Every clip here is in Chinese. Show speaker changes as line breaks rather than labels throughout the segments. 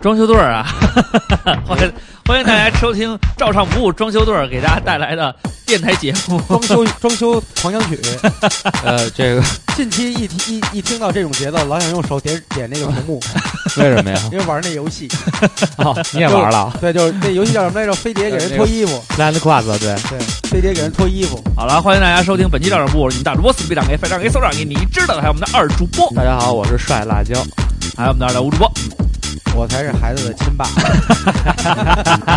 装修队儿啊， 欢迎欢迎大家收听照唱不误装修队儿给大家带来的电台节目。
装修 装修狂想曲，呃，这个近期一听一一听到这种节奏，老想用手点点那个屏幕，
为什么 呀？
因为玩那游戏。
哦，你也玩了啊
对，就是那游戏叫什么 来着？飞碟给人脱衣服，
？Land Class 对，
对，飞碟给人脱衣服。
好了，欢迎大家收听本期照唱不误，我是你们大主播死逼长 A，反长 A 搜长 A，你知道的，还有我们的二主播，
大家好，我是帅辣椒。
还有我们的二代吴主播。
我才是孩子的 亲爸。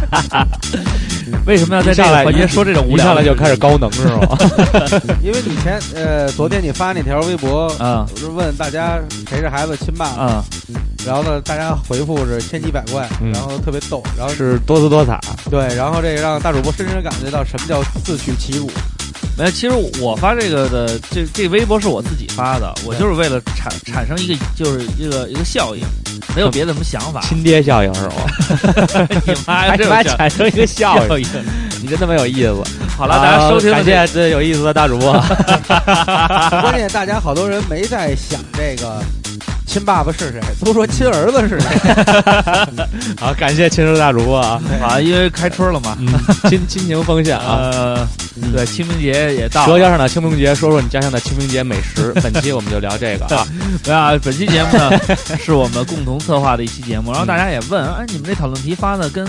为什么要在这个环节说这种无
一
聊
上
的事
来
情？
就开始高能是吗？
因为你前呃，昨天你发那条微博，
嗯
我是问大家谁是孩子亲爸，
嗯，
然后呢，大家回复是千奇百怪，
嗯
然后特别逗，然后
是多姿多彩。
对，然后这个让大主播深深地感觉到什么叫自取其辱。
没有，其实我发这个的这这微博是我自己发的，我就是为了产产生一个就是一个一个效应，没有别的什么想法。
亲爹效应是吗？
你妈呀，
还
这
他
种
妈
效
产生一个效应，
应。
你真他妈有意思。
好了，大家收听
啊
了
感
这
谢这有意思的大主播。
关键大家好多人没在想这个亲爸爸是谁，都说亲儿子是谁。
好，感谢亲热大主播啊，
啊，因为开春了嘛，
嗯亲亲情奉献啊。
呃，对，清明节也
啊
到
舌
了。
尖上的清明节，说说你家乡的清明节美食。本期我们就聊这个啊，
没有啊，本期节目呢是我们共同策划的一期节目，然后大家也问，哎，你们这讨论题发的跟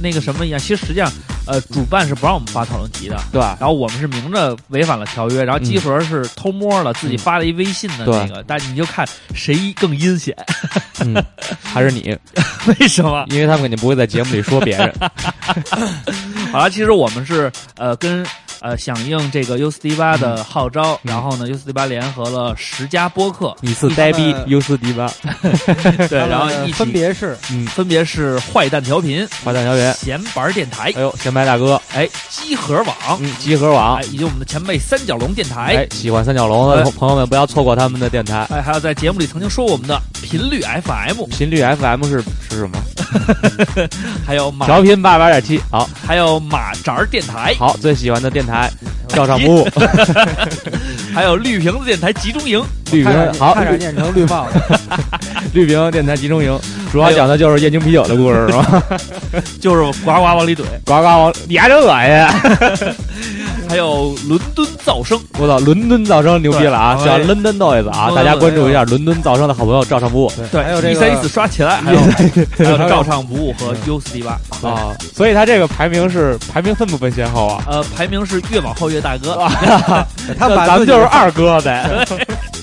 那个什么一样？其实实际上，呃，主办是不让我们发讨论题的，
对吧？
然后我们是明着违反了条约，然后
嗯
集合是偷摸了，自己发了一微信的那个，但你就看谁更阴险，
嗯，还是你，
为什么？
因为他们肯定不会在节目里说别人。
好了，其实我们是呃跟呃响应这个 U 四 D 八的号召，然后呢 U 四 D 八联合了十家播客，
你是呆 逼
他们
优斯迪吧？
对，然后一起
分别是
分别是坏蛋调频、
花蛋小圆，
闲玩电台、
哎呦，闲白大哥，
哎集合网、
嗯，集合网
哎，以及我们的前辈三角龙电台。
哎，喜欢三角龙的
哎
朋友们不要错过他们的电台。
哎，还有在节目里曾经说过我们的频率 FM，
频率 FM 是是什么？
还有马，
调频八八点七。好，
还有马扎儿电台，
好，最喜欢的电台，照常 不误。
还有绿瓶子电台集中营。
绿
差点
瓶，好
差，点念成绿帽 子。
绿瓶电台集中营，主要讲的就是燕京啤酒的故事，是 吧？
就是呱呱往里怼，
呱呱王，你还真恶心！
还有伦敦噪声，
我操，伦敦噪声牛逼了啊，
对
叫 London Noise 啊，
对
大家关注一下伦敦噪声的好朋友照常不误。
对，
还有这
一三一
个
四刷起来，还有还有照唱不误和 U 四 D 八，
啊，所以他这个排名是排名分不分先后啊？
呃，排名是越往后越大哥，
他们把
咱们
自己
就是二哥 呗。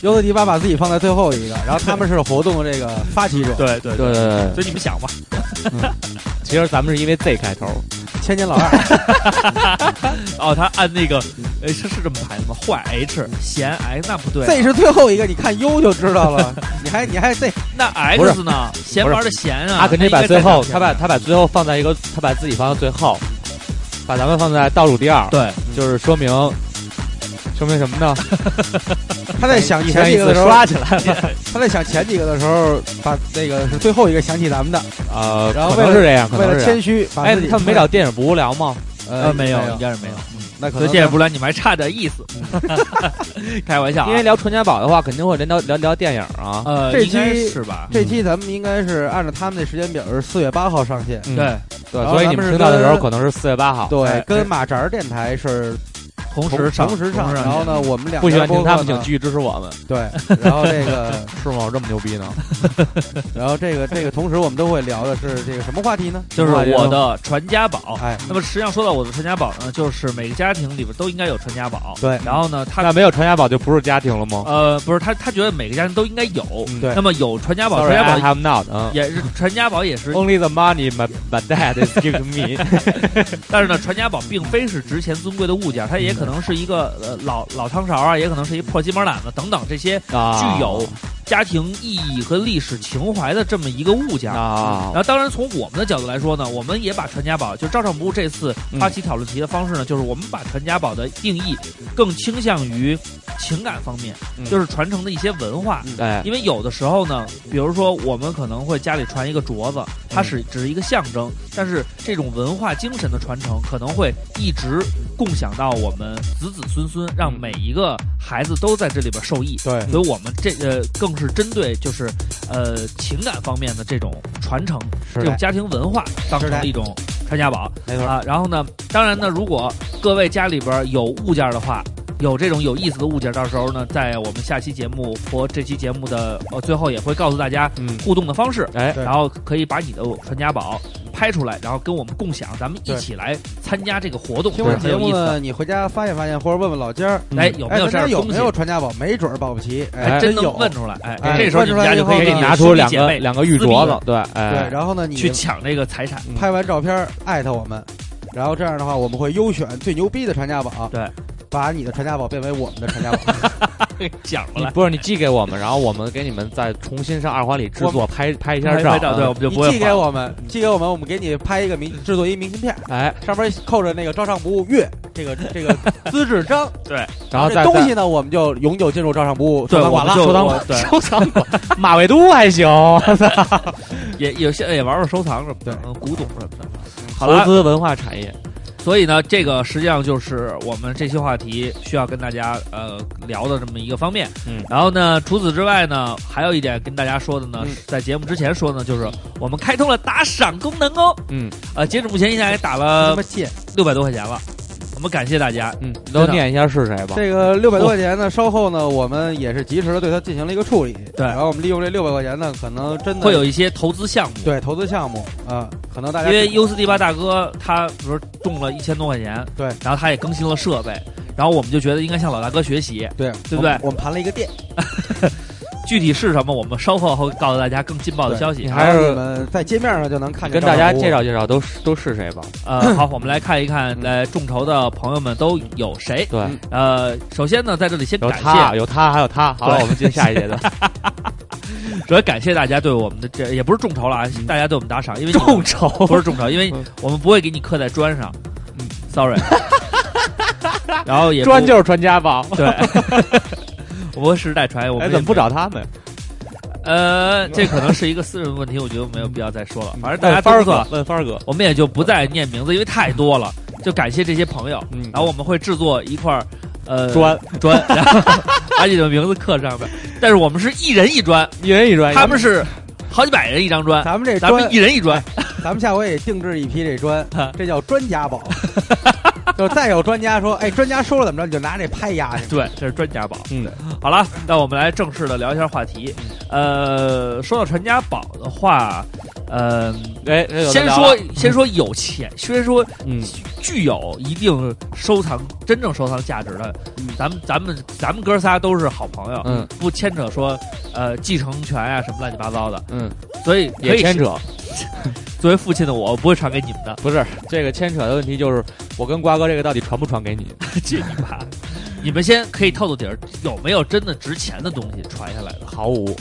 尤特迪巴把自己放在最后一个，然后他们是活动的这个发起者，
对对
对对，对，
所以你们想吧，
其实咱们是因为 Z 开头，
千年老 二。啊
哦，他按那个，哎，是是这么排的吗？坏 H 闲 X 那不对啊
Z 是最后一个，你看 U 就知道了。你还你还 Z
那 X 呢？闲玩的闲啊，
他肯定
那应
把
该
最
在
后，
哪
嗯
他把他把最后放在一个，他把自己放在最后，把咱们放在倒数第二，
对，
就是说明说明什么呢？
他在想
一
前
三一
几个
四
的时候，
刷起来了
他在想前几个的时候，把那个是最后一个想起咱们的，
啊，
然后
可能是这样，可
为
能
了
是这
谦
样。
虚，把
哎
自己，
他们没找电影不无聊吗？
呃
呃
没有，
有
应，该是没有，
那可
所以
能
这也不然你们还差点意思，开玩笑
因为
啊，
聊传家宝的话，肯定会聊聊聊电影啊。
呃，
这
应该
期
是吧？
这期咱们应该是按照他们的时间表是四月八号上线，
嗯
对，
对，
然后
所以
咱
你
们
们
是
听到的时候
跟
可能是四月八号。
对
哎，
跟马扎儿电台是
同
同
时上，
同时上，
线
然后呢，我们两
不喜
家
欢
播
听
客
他们，请
呢
继续支持我们，
对，然后这个，
是吗？我这么牛逼呢？
然后这个这个，同时我们都会聊的是这个什么话题呢？
就是我的传家宝。
哎，
那么实际上说到我的传家宝呢，就是每个家庭里边都应该有传家宝。
对
然后呢，他
那没有传家宝就不是家庭了吗？
呃不是他，他觉得每个家庭都应该有。
嗯
对
那么有传家
啊
宝，
，Sorry, 哦
传家
I
宝
have not 嗯。
也是传家宝也是，
Only the money my my dad is giving me
但是呢，传家宝并非是值钱尊贵的物件，它也可能是一个呃老老汤勺啊，也可能是一破鸡毛掸子等等这些
啊
具有家庭意义和历史情怀的这么一个物件。
啊
然，后，当然从我们的角度来说呢，我们也把传家宝，就照常不误这次发起讨论题的方式呢，就是我们把传家宝的定义更倾向于情感方面，
嗯
就是传承的一些文化。
哎，
嗯因为有的时候呢，比如说我们可能会家里传一个镯子，它是只是一个象征，但是这种文化精神的传承可能会一直共享到我们子子孙孙，让每一个孩子都在这里边受益。
对
所以我们这呃更是针对就是呃情感方面的这种传承，这种家庭文化当成了一种传家宝
没错
啊。然后呢，当然呢，如果各位家里边有物件的话。有这种有意思的物件，到时候呢，在我们下期节目和这期节目的呃最后也会告诉大家
嗯，
互动的方式，
哎，
对
然后可以把你的传家宝拍出来，然后跟我们共享，咱们一
对
起来参加这个活动，
听完
很
节
有
目
意思的。
呢，你回家发现发现，或者问问老家儿，
哎，有没
哎，
有这
咱家
样的
有
东
没
西？
有传家宝？没准儿保不齐，
哎，真
真
能
有。
问出来！哎，
哎
这时候
问
你
出
们
来
家
以
就可以
后
给
呢
你
拿
兄
出
弟
两
姐
个
妹
两个玉镯子，对，
对，
哎，
然后呢，你
去抢这个财产。
嗯
拍完照片儿艾特我们，然后这样的话，我们会优选最牛逼的传家宝，
对，
把你的传家宝变为我们的传家宝，
讲
你
了来，
不是你寄给我们，然后我们给你们再重新上二环里制作拍拍一下
拍
照嗯
拍，照，对，我 们就
你
不会嗯
寄
还
给我们，寄给我们，我们给你拍一个明，制作一明信片，
哎，
上面扣着那个“照上不误月”这 个这个资质章，
然后
这
再
东西呢，我们就永久进入照上不误
对，
收
我
藏馆
们
嗯
就
了。
收藏
我 对，
收藏馆，马未都 还行，
也有些也玩玩收藏什么的，
对
嗯古董什么的。好
投
了，
资文化产业，
所以呢，这个实际上就是我们这期话题需要跟大家呃聊的这么一个方面。
嗯
然后呢，除此之外呢，还有一点跟大家说的呢，
嗯
是在节目之前说的呢，就是我们开通了打赏功能哦。
嗯，
呃，截止目前，一下也打
他
了
妈贱！
六百多块钱了，我们感谢大家。
嗯，都念一下是谁吧？
这个六百多块钱呢，稍后呢，我们也是及时的对它进行了一个处理。
对
然后我们利用这六百块钱呢，可能真的
会有一些投资项目，
对投资项目啊、可能大
因
家
为优四 D 八大哥他比如说中了一千多块钱，
对
然后他也更新了设备，然后我们就觉得应该向老大哥学习。
对
对不对
我们我们盘了一个店，
具体是什么，我们稍后会告诉大家更劲爆的
对
消息啊
你。还是
我们在街面上就能看见。
跟大家介，绍介绍都是都是谁吧？
呃，好，我们来看一看，呃，众筹的朋友们都有谁？
对，
嗯
呃，首先呢，在这里先
有
感
他，
谢，
有他，还有他。好了，
对
我们进下一节的。
主要感谢大家对我们的这也不是众筹了啊，大家对我们打赏，因为你们
筹，
不是众筹，因为我们不会给你刻在砖上
嗯
，sorry。然后 也不
专就是传家宝。
对， 我们是代传，我
哎，
们
怎么不
找？
找他们？
呃，这可能是一个私人问题，我觉得没有必要再说了。反正大家
问帆
都
儿
说
哥，，问帆儿哥。
我们也就不再念名字，因为太多了。就感谢这些朋友，
嗯，
然后我们会制作一块儿呃
砖，
砖， 然后把你的名字刻上面。但是我们是一人一砖，
一人一砖。
他们是好几百人一张砖，
咱们这
咱
砖
们一人一砖。
哎
咱们下回也定制一批这 砖，
啊
这叫专家 宝。就再有专家说，哎，专家说了怎么着，你就拿这拍压去。
对，这是专家宝。
嗯，
好了，那我们来正式的聊一下话题。
嗯
呃，说到传家宝的话，呃，
哎，那就
先
聊
说
了
先说有钱，先说
嗯，
具有一定收藏、真正收藏价值的，咱们咱们咱们哥仨都是好朋友，
嗯，
不牵扯说呃继承权啊什么乱七八糟的，
嗯，
所以可
也
以
牵
是
扯，
作为父亲的我，我不会传给你们的，
不是这个牵扯的问题，就是我跟瓜哥这个到底传不传给你？
去你妈！ 你们先可以透透底儿，有没有真的值钱的东西传下来的？
毫无，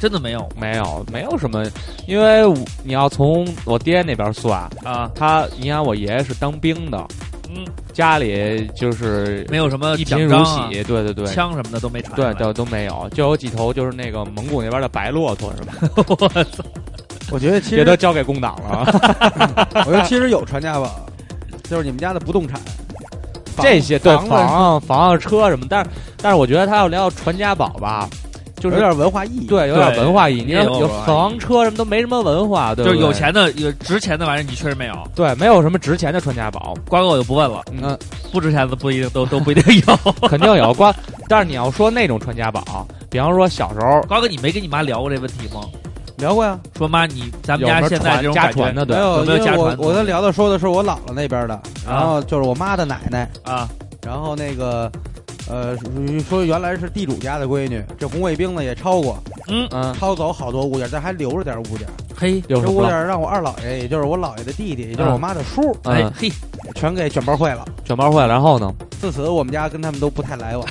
真的没有
没有，没有什么，因为我你要从我爹那边算，
啊，
他，你看我爷爷是当兵的，
嗯，
家里就是
没有什么
一
奖
贫如
章啊、
洗，对对对。
枪什么的都没传下
对
来。
对都没有，就有几头就是那个蒙古那边的白骆驼是吧？
我觉得其
也
实
都，交给共党了。
我觉得其实有专家宝，就是你们家的不动产，房
这些对
房子
房房啊车什么，但是但是我觉得他要聊传家宝吧，就
有
是
点文化意义。，
对有点
对
文化意义。
也
你看
有
有
文化
房车什么都没什么文化，对不
就
对？
是有钱的、有值钱的玩意儿，你确实没有。
对，没有什么值钱的传家宝，
瓜哥我就不问了，
嗯，
不值钱的不一定都都不一定 有。
肯定有光。但是你要说那种传家宝，比方说小时候
瓜哥，你没跟你妈聊过这问题吗？
聊过呀。
说妈，你咱们
有什
家
么
现在
传
这种
家
感觉
传的，啊对
没，
有
有，
没有
因
家
为我
传
我在聊的说的是我姥姥那边的，然后就是我妈的奶奶，
啊，
然后那个，呃，说原来是地主家的闺女，这红卫兵呢也抄过，
嗯，
抄走好多物件，但还留着点物件。
嘿，
有什
这物
么？
件让我二姥爷，也就是我姥爷的弟弟，也就是我妈的叔，
哎
嗯，
嘿，
全给卷包会了。
卷包会，然后呢？
自此我们家跟他们都不太来往。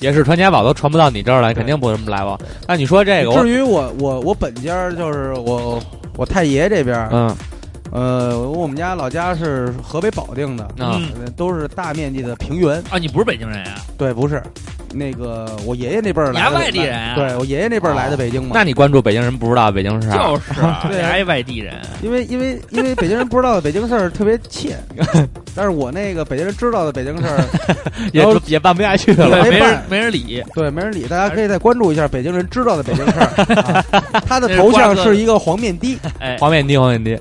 也是传家宝都传不到你这儿来，肯定不是什么来往。那你说这个，哎我
至于我我我本家儿就是我我太爷这边儿，
嗯
呃，我们家老家是河北保定的，
啊
嗯
呃都是大面积的平原。
啊，你不是北京人啊？
对，不是，那个我爷爷那辈儿
你
来
还
的，
外地人啊？
对我爷爷那辈儿
哦
来的北京嘛。
那你关注北京人不知道北京是啥？
就是 啊
对
你还外地人，
因为因为因为北京人不知道的北京事儿特别 切，但是我那个北京人知道的北京事儿，
也
然后
也办不下去了。
对，
没
没
办
人没人理。
对没人理。大家可以再关注一下北京人知道的北京事 儿。啊他的
这是
头
瓜
像
哥
是一个黄面的，
哎，
黄面的，黄面的。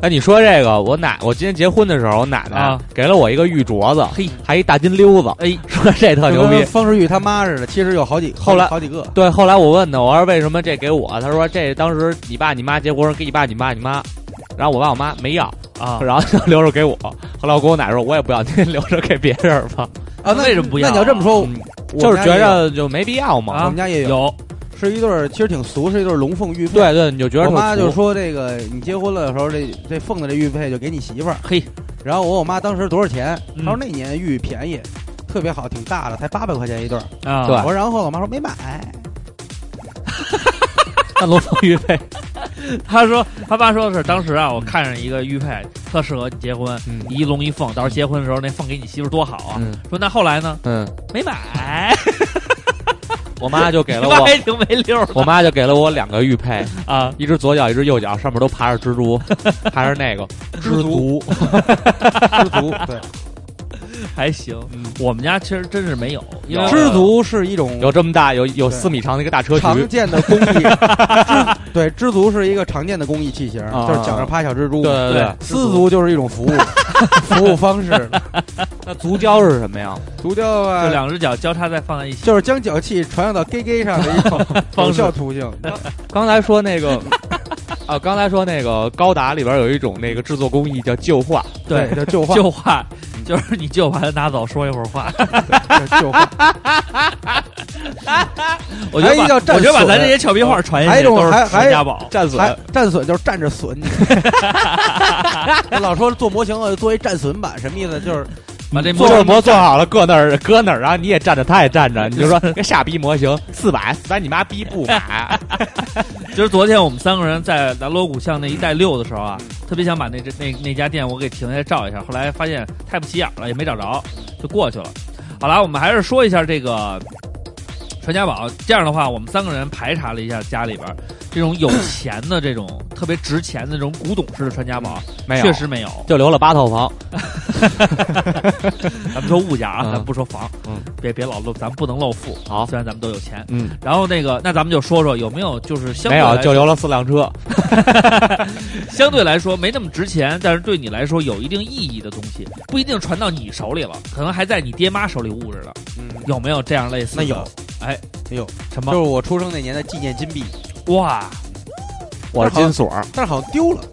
那你说这个，我奶，我今天结婚的时候，我奶奶
啊
给了我一个玉镯子，
嘿，
还一大金溜子，
哎，
说这特
就
啊牛逼
跟。方世玉他妈似的，其实有好几
后来
好几个。啊
对，后来我问他，我说为什么这给我？他说这当时你爸你妈结婚给你爸你妈你妈，然后我爸我妈没要，
啊，
然后就留着给我。后来我跟我奶说，我也不要，您留着给别人吧，
啊，那
为什么不要啊
那你要这么说，
嗯
我
就是
们家
觉
也有
着就没必要嘛。
我
啊
们家也有，
有
是一对儿其实挺俗，是一对儿龙凤玉佩。，
对对，你就觉
我
得特
妈就
俗
说这个你结婚了的时候，这这凤的这玉佩就给你媳妇儿。
嘿，
然后我问我妈当时多少钱，
嗯
她说那年玉便宜，特别好，挺大的，才八百块钱一对儿。
啊，
对
我说然后我妈说没 买，
那龙凤玉佩，
他说他爸说的是当时啊，我看上一个玉佩，特适合你结婚，
嗯
一龙一凤，到时候结婚的时候那凤给你媳妇儿多好啊。
嗯
说那后来呢？
嗯，
没买，
我妈就给
你
了
爸
我，
还挺没溜儿的
我妈就给了我两个玉佩，
啊。
一只左脚，一只右脚，上面都爬着蜘蛛， 还是 那个
知足，知足，对，
还行，我们家其实真是没有，因为
嗯知足是一种
有这么大，有有
对
四米长的一个大车
常
渠，
见的工艺，知对，知足是一个常见的工艺器型，
啊
就是脚上趴小蜘蛛
对
嘛。
对对
对。
丝足就是一种服务， 服务方 式。
那足胶是什么呀？
足雕
就
啊，
两只脚交叉再放在一起，
就是将脚气传染到 gay gay 上的一种有效途径。
刚才说那个 啊，刚才说那个高达里边有一种那个制作工艺叫旧画，
对，
叫旧 化，
就话就是你就把它拿走，说一会儿 话。
叫旧化。
我觉得
还一
把
叫战
我觉得把
损
咱这些俏皮话传下
还
去
有一种
都是
还还嗯
传家宝。
战损
还 战损就是站着损你。我 老说做模型我就做一战损版，什么意思？就是
把这
做
模
着模做好了，搁那儿搁那儿，然后你也站着，他也站着，你就说这傻逼模型四百，四百你妈逼不买，
其实昨天我们三个人在南锣鼓巷那一带溜的时候啊，特别想把那这那那家店我给停下来照一下，后来发现太不起眼了，也没找着，就过去了。好了，我们还是说一下这个传家宝。这样的话，我们三个人排查了一下家里边儿这种有钱的这种特别值钱的这种古董式的传家宝，
没有，
确实没有。
就留了八套房。
咱们说物价啊，
嗯
咱不说房，
嗯，
别别老露，咱们不能露富。
好
虽然咱们都有钱，
嗯，
然后那个，那咱们就说说有没有就是相对
没有，
来
就留了四辆车。
相对来说没那么值钱，但是对你来说有一定意义的东西，不一定传到你手里了，可能还在你爹妈手里捂着呢。
嗯，
有没有这样类似的？
那有
哎，
有
什
就
么？
是我出生那年的纪念金币，
哇，
我是金锁
但是好像丢了。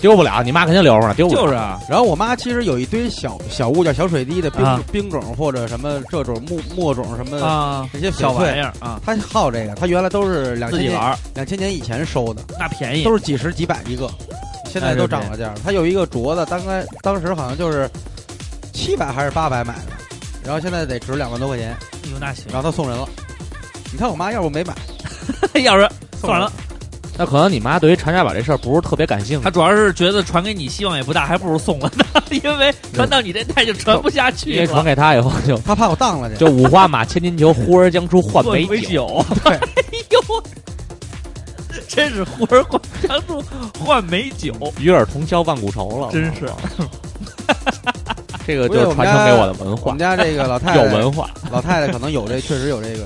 丢不了，你妈肯定留着呢，丢不了。
就是啊，
然后我妈其实有一堆小小物，叫小水滴的冰、
啊
冰种或者什么这种木墨种什么
啊，
这些翡
小玩意
翠。
儿啊，
她好这个，她原来都是两
自
千
己玩
年
儿嗯
两千年以前收的，
那便宜
都是几十几百一个，现
哎
在都涨了价。她有一个镯子，当该当时好像就是七百还是八百买的，然后现在得值两万多块钱。
哎呦那行，
然后他送人了。你看我妈，要不没买，
要是算了，
那可能你妈对于传家宝这事儿不是特别感兴趣
他，主要是觉得传给你希望也不大，还不如送了呢， 因为传到你这代就传不下
因
去
为传
了。
给她以后就
她怕我当了去。
就五花马千金裘，呼儿将出换
做
美
杯
酒。
酒，哎呦， 真是忽而换当初换美酒，
与尔同销万古愁了，
哦真是。
这个
不是
就
我们
传
家
承给我的文
我
化
们，家这个
哎
老太
有
太，
文化。
老太太可能有这，确实有这个，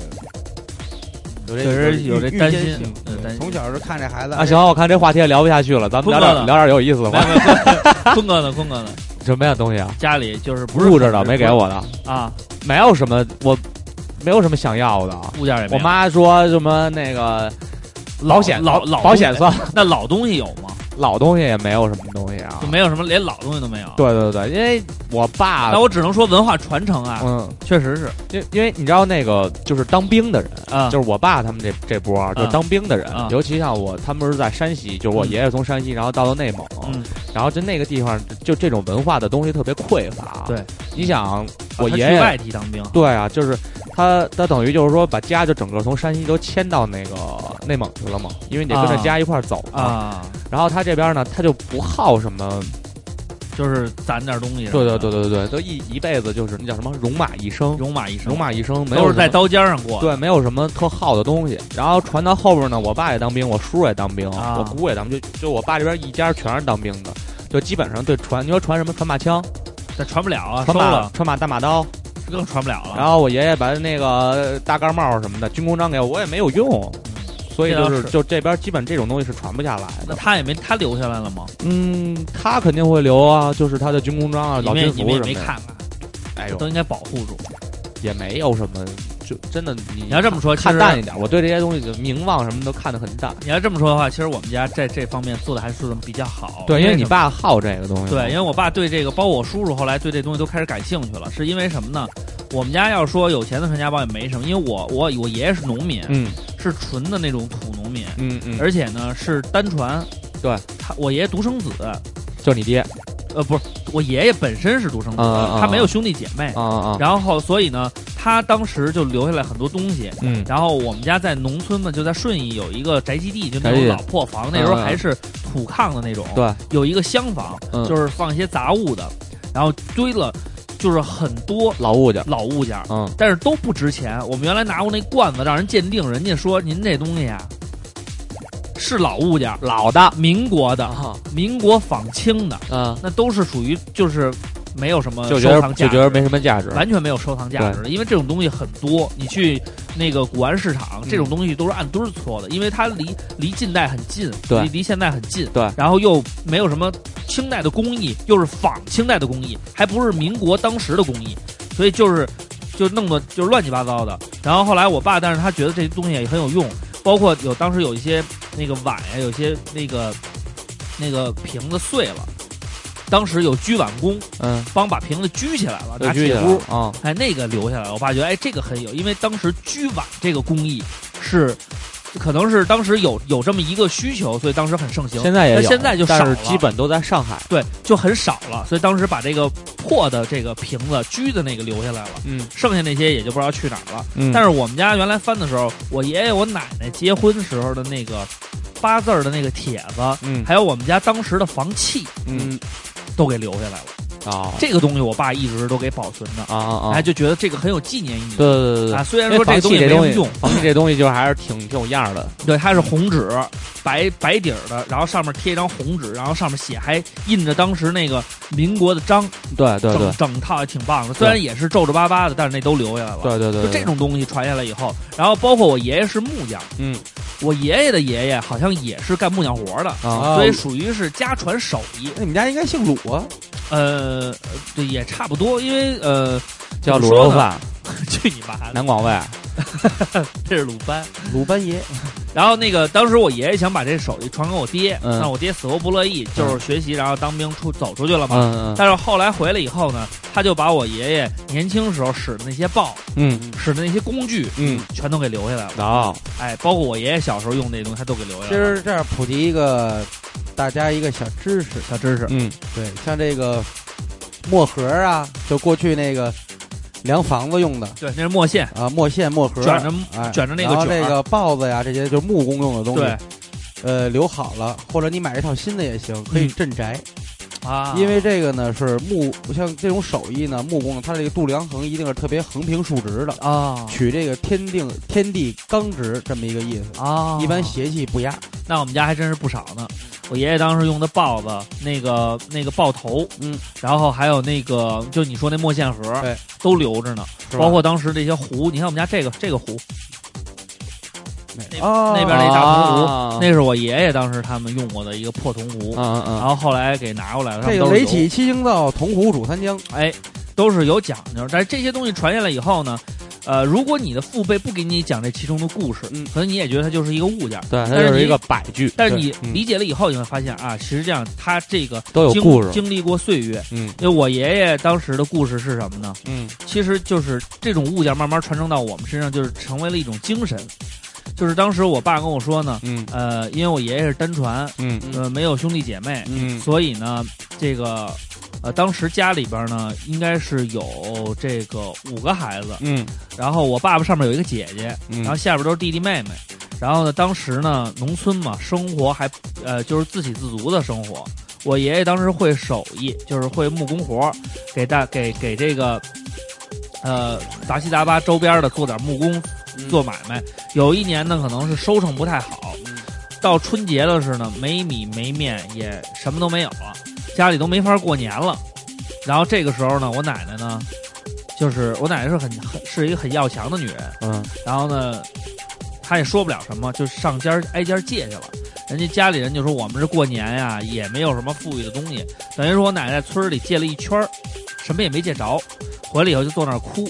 有这
确实
预
有这
预
担
先
心
性
嗯
对
担心
从小就看这孩子哎
啊，行，，我看这话题也聊不下去了，咱们聊
不
点
乐了
聊点有意思的
没有
吧。
没有， 坤哥呢？坤哥呢？
什么呀，东西啊？
家里就是不是
录着的
很
没给我的，
啊，
没有什么，我没有什么想要的。啊
物件也没
我
有。
妈说什么那个
老
保险
老老
保险啊
东西
算
那老东西有吗？
老东西也没有什么东西啊
就。没有什么，连老东西都没有。，
对对对，因为我爸
那，我只能说文化传承啊，
嗯，
确实是
因因为你知道那个就是当兵的人，
啊，
就是我爸他们这这波儿啊就是
嗯
当兵的人
嗯，
尤其像我，他们是在山西，就是我
嗯
爷爷从山西，然后到了内蒙
嗯，
然后就那个地方就这种文化的东西特别匮乏。
对，
你想
啊
我
他
爷
去
爷
外地当兵，
对啊，就是他他等于就是说把家就整个从山西都迁到那个内蒙去了嘛，因为你得跟着
啊
家一块儿走嘛。
啊，
然后他这边呢，他就不好什么，
就是攒点东西。
对对对，对对，都一一辈子就是那叫什么戎马一生，
戎马一生，
戎马一生没
都
有
是
什
在
么
刀尖上过。
对，没有什么特好的东西。然后传到后边呢，我爸也当兵，我叔也当兵，
啊
我姑也当兵，就就我爸这边一家全是当兵的，就基本上对传，你说传什么传把枪，
这传不了啊，收
传把
了啊
传把大马刀，
更传不了了。
然后我爷爷把那个大盖帽什么的军功章给我，我也没有用，所以
这倒
就是
是
就这边基本这种东西是传不下来
那
的。
他也没他留下来了吗？
嗯，他肯定会留啊，就是他的军功章啊、
你
老
们也
军
你们也
服
没
什么的。
看看，
哎
这都
呦，
应该保护住。
也没有什么，就真的你
你要这么说，其
看
实
淡一点，我对这些东西的名望什么都看得很淡。
你要这么说的话，其实我们家在这方面做的还是比较好。
对，因为
什
你
么
爸好这个东西嘛。
对，因为我爸对这个，包括我叔叔后来对这东西都开始感兴趣了，是因为什么呢？我们家要说有钱的传家宝也没什么，因为我我我爷爷是农民，
嗯
是纯的那种土农民，
嗯嗯，
而且呢是单传。
对
他，我爷爷独生子，
就你爹
呃，不是，我爷爷本身是独生子，
啊啊啊
他没有兄弟姐妹，
啊啊啊，
然后所以呢，他当时就留下来很多东西。
嗯
然后我们家在农村呢，就在顺义有一个宅基地，就那
宅基
种老
地
破房，那时候
嗯嗯
还是土炕的那种。
对，
有一个厢房，
嗯
就是放一些杂物的，然后堆了就是很多
老物件，
老物件儿，
嗯，
但是都不值钱。我们原来拿过那罐子让人鉴定，人家说您这东西啊是老物件儿，
老的
民国的，
啊，
民国仿清的，
嗯，
那都是属于就是没有什么
就觉
收
得
藏价
就
值，
觉得没什么价值，
完全没有收藏价值，因为这种东西很多。你去那个古玩市
嗯
场，这种东西都是按堆儿搓的，因为它离离近代很近，
对
离离现代很近，
对
然后又没有什么清代的工艺，又是仿清代的工艺，还不是民国当时的工艺，所以就是就弄得就是乱七八糟的。然后后来我爸，但是他觉得这些东西也很有用，包括有当时有一些那个碗呀，有些那个那个瓶子碎了。当时有鞠碗工
嗯，
帮把瓶子鞠起来了，
就
拿
去
铁
了
箍
啊，
哎，那个留下来了。我爸觉得，哎，这个很有，因为当时居碗这个工艺是，可能是当时有有这么一个需求，所以当时很盛行。
现在也有，
但现在就
但
少
是
了
基本都在上海，
对，就很少了，所以当时把这个破的这个瓶子、居的那个留下来了，
嗯
剩下那些也就不知道去哪儿了。
嗯，
但
是
是我们家原来翻的时候，我爷爷、我奶奶结婚时候的那个八字儿的那个帖子，
嗯
还有我们家当时的房契，
嗯
都给留下来了。
啊
这个东西我爸一直都给保存着，
啊啊
哎，
啊，
就觉得这个很有纪念意义。
对对对对
啊，虽然
对，
说这个
东
东西没什么
东西
用，，
房契这东西就是还是挺挺有样儿的，
对，它是红纸白白底儿的，然后上面贴一张红纸，然后上面写还印着当时那个民国的章，
对对对
整整套也挺棒的。虽然也是皱皱巴巴的，但是那都留下来了。
对对对，
就这种东西传下来以后，然后包括我爷爷是木匠，
嗯，
我爷爷的爷爷好像也是干木匠活的，
啊，
所以属于是家传手艺。
那你们家应该姓鲁啊？
呃，对，也差不多，因为呃，
叫
怎
卤
么说
肉
呢，
饭，
去你妈的，
南广味，
这是鲁班。
鲁班爷，
然后那个当时我爷爷想把这手艺传给我爹，
嗯
但我爹死活不乐
嗯
意，就是学习，然后当兵出走出去了嘛。
嗯
但是后来回来以后呢，他就把我爷爷年轻时候使的那些刨、
嗯嗯
使的那些工具，
嗯，
全都给留下来了。
然后
哎，包括我爷爷小时候用那东西，他都给留下
其
来了。
实这样普及一个大家一个小知识，
小知识，
嗯
对，像这个墨盒啊，就过去那个量房子用的
对，那是墨线，
啊，墨线、墨盒，
卷着
哎，
卷着那个
然后
卷儿
这个刨子呀，这些就是木工用的东
对
西，呃，留好了，或者你买一套新的也行，可以镇宅。
嗯啊，
因为这个呢是木，像这种手艺呢，木工它这个度量衡一定是特别横平竖直的，
啊
取这个天定天地刚直这么一个意思。
啊，
一般邪气不压，
那我们家还真是不少呢。我爷爷当时用的刨子，那个那个刨头，
嗯，
然后还有那个就你说那墨线盒，
对，
都留着呢。
是吧
包括当时这些壶，你看我们家这个这个壶，
哦
那边那大铜壶
啊
那是我爷爷当时他们用过的一个破铜壶，
嗯嗯
然后后来给拿过来了。他们
啊这
都
个
是
雷
有
起七星灶，铜壶煮三江，
哎，都是有讲究。但是这些东西传下来以后呢，呃，如果你的父辈不给你讲这其中的故事，
嗯
可能你也觉得它就是一个物件儿。
对，它
但是
就是一
你
个摆具，
但是你
对嗯
理解了以后，你会发现啊，其实这样它这个
都有
经
故事，
经历过岁月。
嗯
因为我爷爷当时的故事是什么呢？
嗯
其实就是这种物件慢慢传承到我们身上，就是成为了一种精神。就是当时我爸跟我说呢，
嗯
呃，因为我爷爷是单传，
嗯
呃，没有兄弟姐妹，
嗯
所以呢，这个呃，当时家里边呢，应该是有这个五个孩子，
嗯
然后我爸爸上面有一个姐姐，然后
嗯
下边都是弟弟妹妹。然后呢，当时呢，农村嘛，生活还呃就是自给自足的生活。我爷爷当时会手艺，就是会木工活儿，给大给给这个呃杂七杂八周边的做点木工做买卖。有一年呢，可能是收成不太好，到春节的时候呢，没米没面，也什么都没有了，家里都没法过年了。然后这个时候呢，我奶奶呢，就是我奶奶是很很是一个很要强的女人，
嗯
然后呢，她也说不了什么，就上家儿挨家儿借去了。人家家里人就说我们这过年呀、也没有什么富裕的东西，等于说我奶奶在村儿里借了一圈儿，什么也没借着，回来以后就坐那儿哭。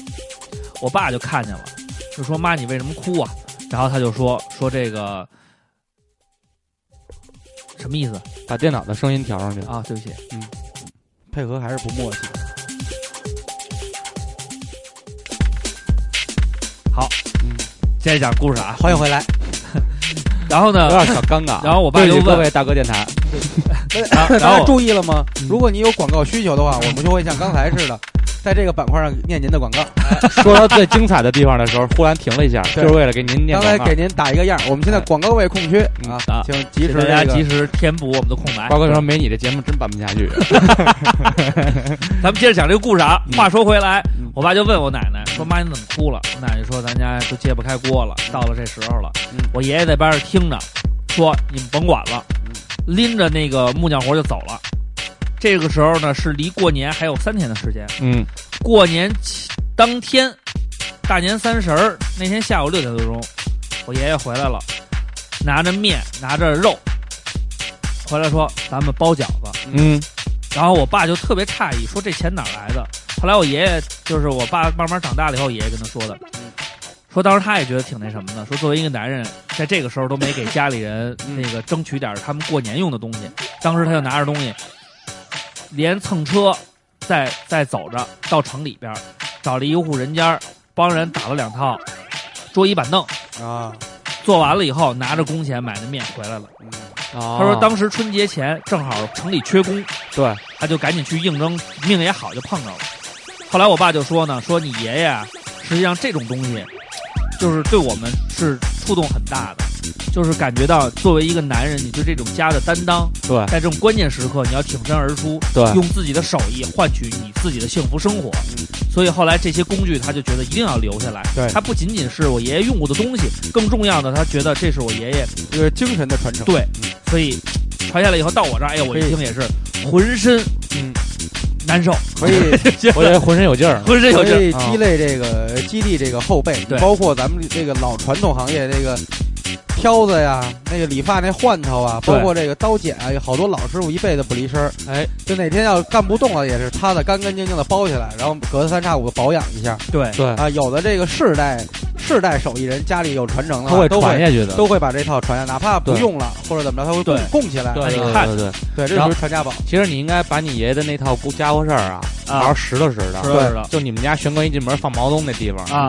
我爸就看见了，就说妈，你为什么哭啊？然后他就说说这个什么意思
把电脑的声音调上去。
啊？对不起，
配合还是不默契。
接着讲故事啊。
欢迎回来，
然后
有
呢，
点小尴尬。啊
然后我爸
对不
就
起各
问，
位大哥电台，
然后
大
然后嗯
家
我
注意了吗？如果你有广告需求的话，我们就会像刚才似的，在这个板块上念您的广告。
说到最精彩的地方的时候，忽然停了一下，
对
就是为了给您念
刚
广
才
告。
给您打一个样儿，我们现在广告位空缺啊
嗯啊，
请及
请
时
大
这
家及
个。
时填补我们的空白。
瓜哥说没你的节目真办不下去。
咱们接着讲这个故事啊。话说回来
嗯，
我爸就问我奶奶说：“妈，你怎么哭了？”我奶奶说：“咱家都揭不开锅了，到了这时候了。
嗯”
我爷爷在边上听着，说：“你们甭管了。”拎着那个木匠活就走了。这个时候呢，是离过年还有三天的时间。
嗯
过年起当天，大年三十儿那天下午六点多钟，我爷爷回来了，拿着面，拿着肉，回来说：“咱们包饺子。”
嗯
然后我爸就特别诧异，说这钱哪儿来的？后来我爷爷就是我爸慢慢长大了以后，爷爷跟他说的，说当时他也觉得挺那什么的，说作为一个男人，在这个时候都没给家里人那个争取点儿他们过年用的东西，当时他就拿着东西，连蹭车再再走着到城里边儿，找了一户人家儿，帮人打了两套桌椅板凳，
啊，
做完了以后拿着工钱买的面回来了。
嗯
他
他说当时春节前正好城里缺工，
对，
他就赶紧去应征，命也好，就碰着了。后来我爸就说呢，说你爷爷啊，实际上这种东西，就是对我们是触动很大的，就是感觉到作为一个男人，你对这种家的担当，
对
在这种关键时刻，你要挺身而出，
对
用自己的手艺换取你自己的幸福生活。所以后来这些工具，他就觉得一定要留下来。
对
它不仅仅是我爷爷用过的东西，更重要的，他觉得这是我爷爷
就是精神的传承。
对，所以传下来以后到我这儿，哎呀，我一听也是浑身
嗯
难受，
可以
我觉得浑身有劲儿。
浑身有劲
可
儿。
以
啊
激励这个激励这个后辈，
对
包括咱们这个老传统行业这个挑子呀，那个理发那换头啊，
对
包括这个刀剪啊，有好多老师傅一辈子不离身儿。
哎，
就哪天要干不动了，也是擦的干干净净的包起来，然后隔三差五保养一下
对，
对，
啊。有的这个世代世代手艺人家里有传承的
他
话，
会
都
传
会
下去的。
都会把这套传下，哪怕不
对
用了或者怎么着，他会供
对
供起来。
对
哎
对
你看
对对，
对，这就
然后
是传家宝。
其实你应该把你爷爷的那套家伙事儿啊，好好拾掇拾
是
掇。
对
的
就你们家玄关一进门放毛东那地方，
啊，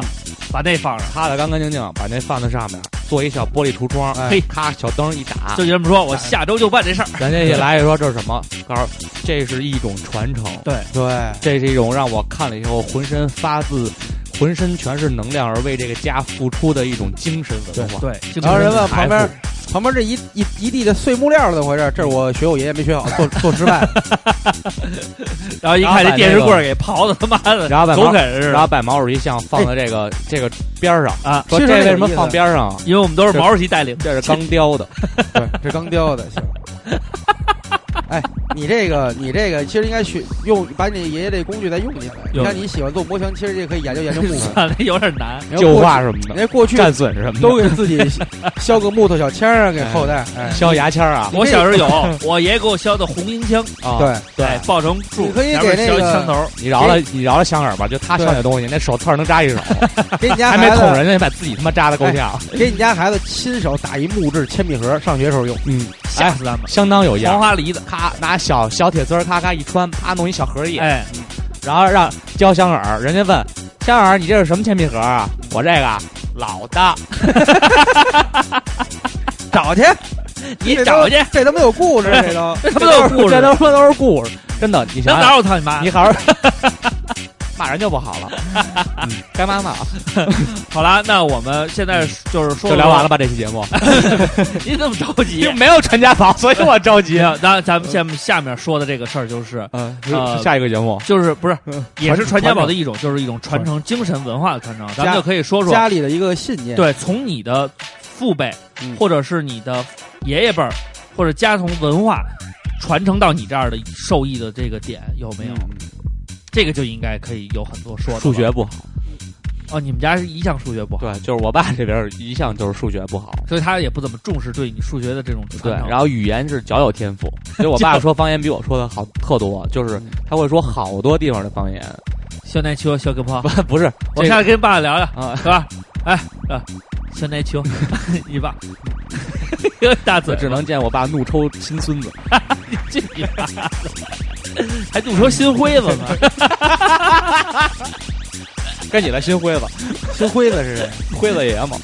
把那放上。
擦的干干净净，把那放在上面，做一小玻璃橱窗，
哎
嘿，咔，小灯一打，
就这么说，我下周就办这事儿。
咱这一来就说这是什么？告诉这是一种传承，
对
对，
这是一种让我看了以后浑身发自、浑身全是能量而为这个家付出的一种精神文化。
对，
然后人问
财
旁
富
边，旁边这一一一地的碎木料儿怎么回事？这是我学我爷爷没学好，做做失败。
然后一看这电视棍儿给刨的他妈的，
然后把
狗
毛，
啃似
然
的。
后把毛主席像放在这个这个边儿上，
啊，
说
其
这
实有
为什么
意思
放边儿上啊？
因为我们都是毛主席带领，
这是钢雕的，
对，这刚雕的，行。 哎，你这个，你这个，其实应该学用，把你爷爷这工具再用起来。你
用
看你喜欢做模型，其实也可以研究研 究木头。
算了，有点难。
人家
旧
过
画什么
去，人
的，
家过去
战损什么
都
的，
给自己 削个木头小签儿啊，给后 代。哎，
削牙签儿啊
我小时候有，我爷给我削的红缨枪，
啊！
对，
哎，抱成树，
你可以
前面
给那个
削一枪头，
你饶了你饶了香儿吧，就他削那东西，那手刺儿能扎一手，
给你家
还没
孩
捅
子，
人家，把自己他妈扎的够呛。
给你家孩子亲手打一木质铅笔盒，上学时候用。
嗯，
吓
哎，
死他们。
相当有
黄
样。
花梨的，
咔，拿小小铁丝儿咔咔一穿，啪弄一小荷叶，
哎，
然后让教香饵，人家问香饵你这是什么铅笔盒啊？我这个啊老的，
找去，
你
这 都
找去，
这他妈有故事，这都
这他妈都有故
这
事。
都说都是故事。真的，你
那
想
哪
想，
有他你妈
你？好好啊 骂人就不好了， 嗯该骂 骂，
好啦，那我们现在就是说
就聊完了吧？这期节目
你怎么着急？
没有传家宝，所以我着急。
那那咱们下面下面说的这个事儿就是。
嗯
呃，
下一个节目
就是不是也是传家宝的
嗯传
一种，就是一种传承精神文化的传承。咱们
家
就可以说说，
家里的一个信念，，
对，从你的父辈
嗯
或者是你的爷爷辈儿或者家从文化传承到你这儿的受益的这个点有没
嗯
有？这个就应该可以有很多说的了。
嗯数学不好，
哦，你们家是一向数学不好，
对，就是我爸这边一向就是数学不好，
所以他也不怎么重视对你数学的这种
对
传，承。
然后语言是较有天赋，所以我爸
就
说方言比我说的好特多，就是他会说好多地方的方言，
小奶球，小 胳
不
膊，
不是，
我
这
下来跟爸聊聊，
啊，
是吧？哎，啊，小奶 球，你 爸，大嘴
我只能见我爸怒抽亲孙子，
这你妈的， 还怒说心灰了吗？
该你了，新辉子，
新辉子是谁？
辉子爷嘛，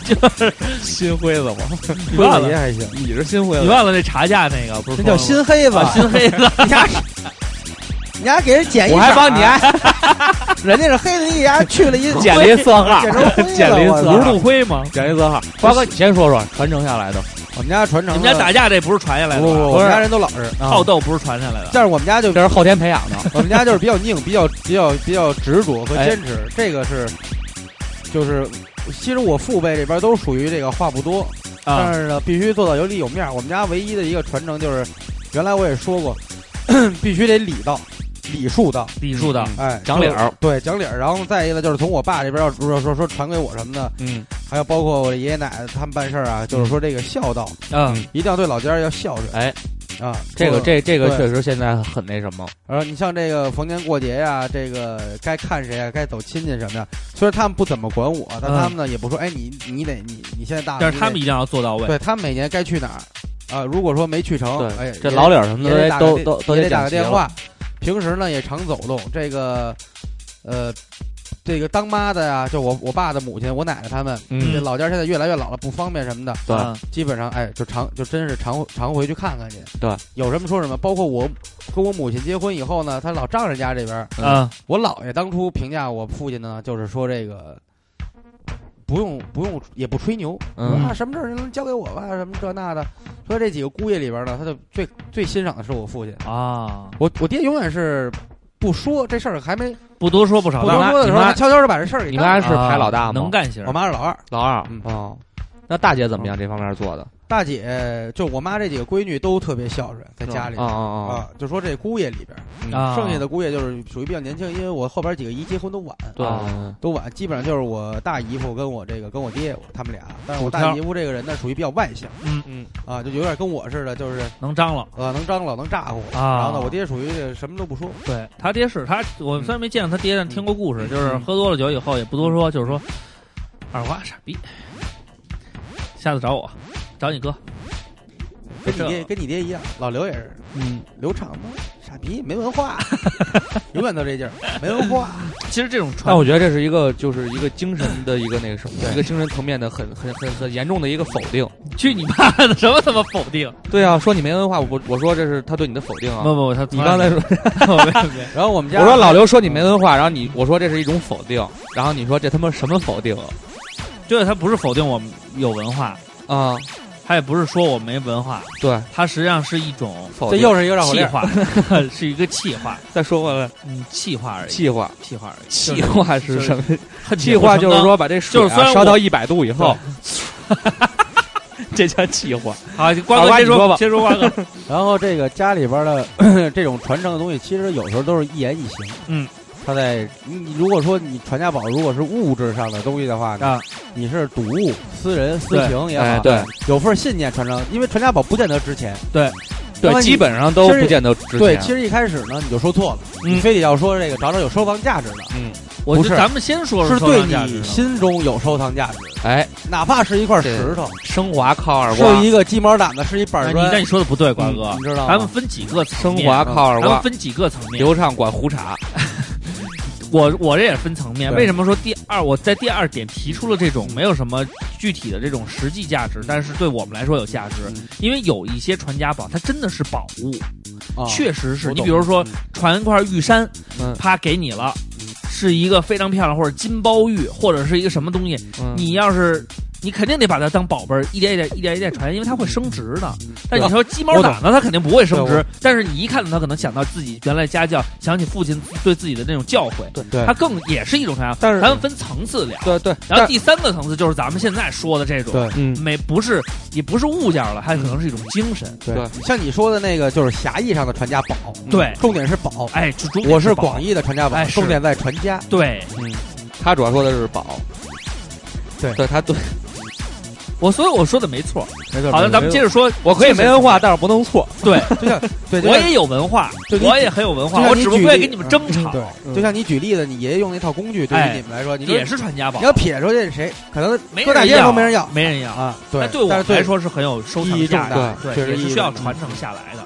新辉子嘛，
你
辉
忘
子
了
爷，还行，
你啊是新辉
你
子，
忘了那查价那个不是
这
说
叫新黑子
了吗，心黑了。
你丫， 你丫给人剪一，
我还帮你，还
人家是黑子，你丫去了一
捡了一色号
剪成灰，了
捡了一
我
色
吴
号
路，辉吗？
捡了一色号。瓜哥，你先说说传承下来的，
我们家传
你
承
们
的，
家打架这不是传下来
不
的
不不，
吧，
我们家人都老实，
好斗不是传下来的。
但是我们家就
这是后天培养的，
我们家就是比较拧，比较比较比较执着和
哎
坚持，这个是就是。其实我父辈这边都属于这个话不多，但
啊，
是呢，必须做到有里有面儿。我们家唯一的一个传承就是，原来我也说过， 必须得礼道，礼数道，
礼数的
嗯
哎，
长脸儿，
对，讲理儿。然后再一个就是从我爸这边要说说说传给我什么的，
嗯，
还有包括我的爷爷奶奶他们办事儿啊，就是说这个孝道，
嗯，
一定要对老家要孝顺。
哎，
啊，
这个
做
这这个
对
确实现在很那什么，
然后你像这个逢年过节呀、这个该看谁啊，该走亲戚什么的。虽然他们不怎么管我，但
嗯
他们呢也不说，哎，你你得你你现在大了，
但是他们
你
一定要做到
得
位。
对他们每年该去哪儿啊？如果说没去成，哎
对，，这老
李
理儿什么
也得
的
打
都
个
都都
也得打
讲
个
齐
电
了，
话。平时呢也常走动，这个呃，这个当妈的呀，就我我爸的母亲，我奶奶他们，这
嗯，
老家现在越来越老了，不方便什么的，
对
嗯
基本上哎，就常就真是常常回去看看去。
对，
有什么说什么。包括我跟我母亲结婚以后呢，她老丈人家这边，
嗯，
我姥爷当初评价我父亲呢，就是说这个不用不用也不吹牛，
嗯
啊什么事儿能交给我吧，什么这那的。说这几个姑爷里边呢，他就最最欣赏的是我父亲。
啊，
我我爹永远是不说这事儿，还没
不多说不少
不
我
道
多
妈
说的时候，
你妈
他悄悄的把这事儿给
你
干
妈
了。
是排老大吗？
能干型
我。妈是老二，
老二，
嗯
哦，那大姐怎么样？这方面做的
大姐就我妈这几个闺女都特别孝顺，在家里
啊
边
啊
啊，就说这姑爷里边，
嗯
啊，
剩下的姑爷就是属于比较年轻，因为我后边几个姨结婚都晚，
对
啊
都晚，基本上就是我大姨夫跟我这个跟我爹他们俩，但是我
薯条
大姨夫这个人呢，属于比较外向
嗯
嗯
啊，就有点跟我似的，就是
能张罗。
呃能张罗能咋呼。
啊
然后呢，我爹属于这什么都不说，
对他爹是他，我
嗯
虽然没见过他爹，但听过故事，就是喝多了酒以后也不多说，就是说二瓜傻逼，下次找我，找你哥。
跟你爹
这
跟你爹一样，老刘也是
嗯，
刘畅嘛，傻逼没文 化，永远都这劲儿，没文化。
其实这种传
但我觉得这是一个，就是一个精神的一个那个什么，一个精神层面的很很很很严重的一个否定。
去你妈的， 什么他妈否定？
对啊，说你没文化，我不我说这是他对你的否定
不
啊。
不不，他
你刚才说，
从来没没没
然后我们家
我说嗯老刘说你没文化，然后你我说这是一种否定，然后你说这他妈什么否定
对他不是否定我们有文化，
啊？
他也不是说我没文化，
对，
他实际上是一种
否
这
定。
又是一个绕口
气
令，
话， 是一个气话，
再说回来，
嗯，气话而已，
气化，
气话而已。
气化是什么？
么
气化就是，说把这水
就是虽然
啊
我
烧到一百度以后，这叫气化。
好，瓜
好
哥
吧
先
你说吧
先说瓜哥，
然后这个家里边的这种传承的东西，其实有时候都是一言一行。
嗯，
他在你你如果说你传家宝如果是物质上的东西的话呢，
啊
你是睹物思人思情也好，
哎，对
有份信念传承，因为传家宝不见得值钱。然后
对，
你
基本上都
其实
不见得值钱。
对，其实一开始呢你就说错了，
嗯
你非得要说这个找找有收藏价值的，
嗯，
我
不
就是咱们先说说
是
收
对
藏价值啊
你
的
心中有收藏价值，
哎，
哪怕是一块石头，
升华靠二瓜
是，一个鸡毛掸子，是一板
哎你但
砖嗯
你，说的不对，瓜哥，
你知道
咱们
吗？
分几个层
嗯升
面，
华靠二
咱们
瓜，
分几个层面。
流畅管胡茬，
我我这也分层面。
对
为什么说第二？我在第二点提出了这种没有什么具体的这种实际价值，但是对我们来说有价值
嗯，
因为有一些传家宝，它真的是宝物，
啊
确实是
我
你
懂
比如说传一块玉山
嗯，
啪给你了，
嗯
是一个非常漂亮或者金包玉或者是一个什么东西，
嗯
你要是。你肯定得把它当宝贝儿，一点一点、一点一点传，因为它会升值的。但你说鸡毛
嗯我懂
掸子，它肯定不会升
对
值。但是你一看到它，可能想到自己原来家教，想起父亲对自己的那种教诲，
对嗯对
它更也是一种啥呀？
哎但是
咱们分层次聊。
对对，
然后
但
第三个层次就是咱们现在说的这种，
对
嗯，
没不是也不是物件了，它可能是一种精神。
对，像你说的那个就是狭义上的传家宝，嗯
对
重点是宝。
哎，就主
我是广义的嗯传家宝
哎，是
重点在传家。
对
他主要说的是宝，
对
对他对
我，所以我说的没错。
没错
好的，咱们接着说，
我可以没文化，但是不能错。
对，
就像 对，就像
我也有文化，
就你
我也很有文化，
就像
我
你
只不
举
过
例嗯
跟你们争吵，
对，就像你举例子，你爷爷用那套工具，对
哎
于你们来说，你说
也是传家宝
你，要撇出去，谁可能
没
搁
人
大街上都没人要
没人要。
啊。
那
对，
对我
但
们
是
来，说是很有收藏
意义重
价值
大
的，
确实
也
意
是
义
需要
重大
传承下来的。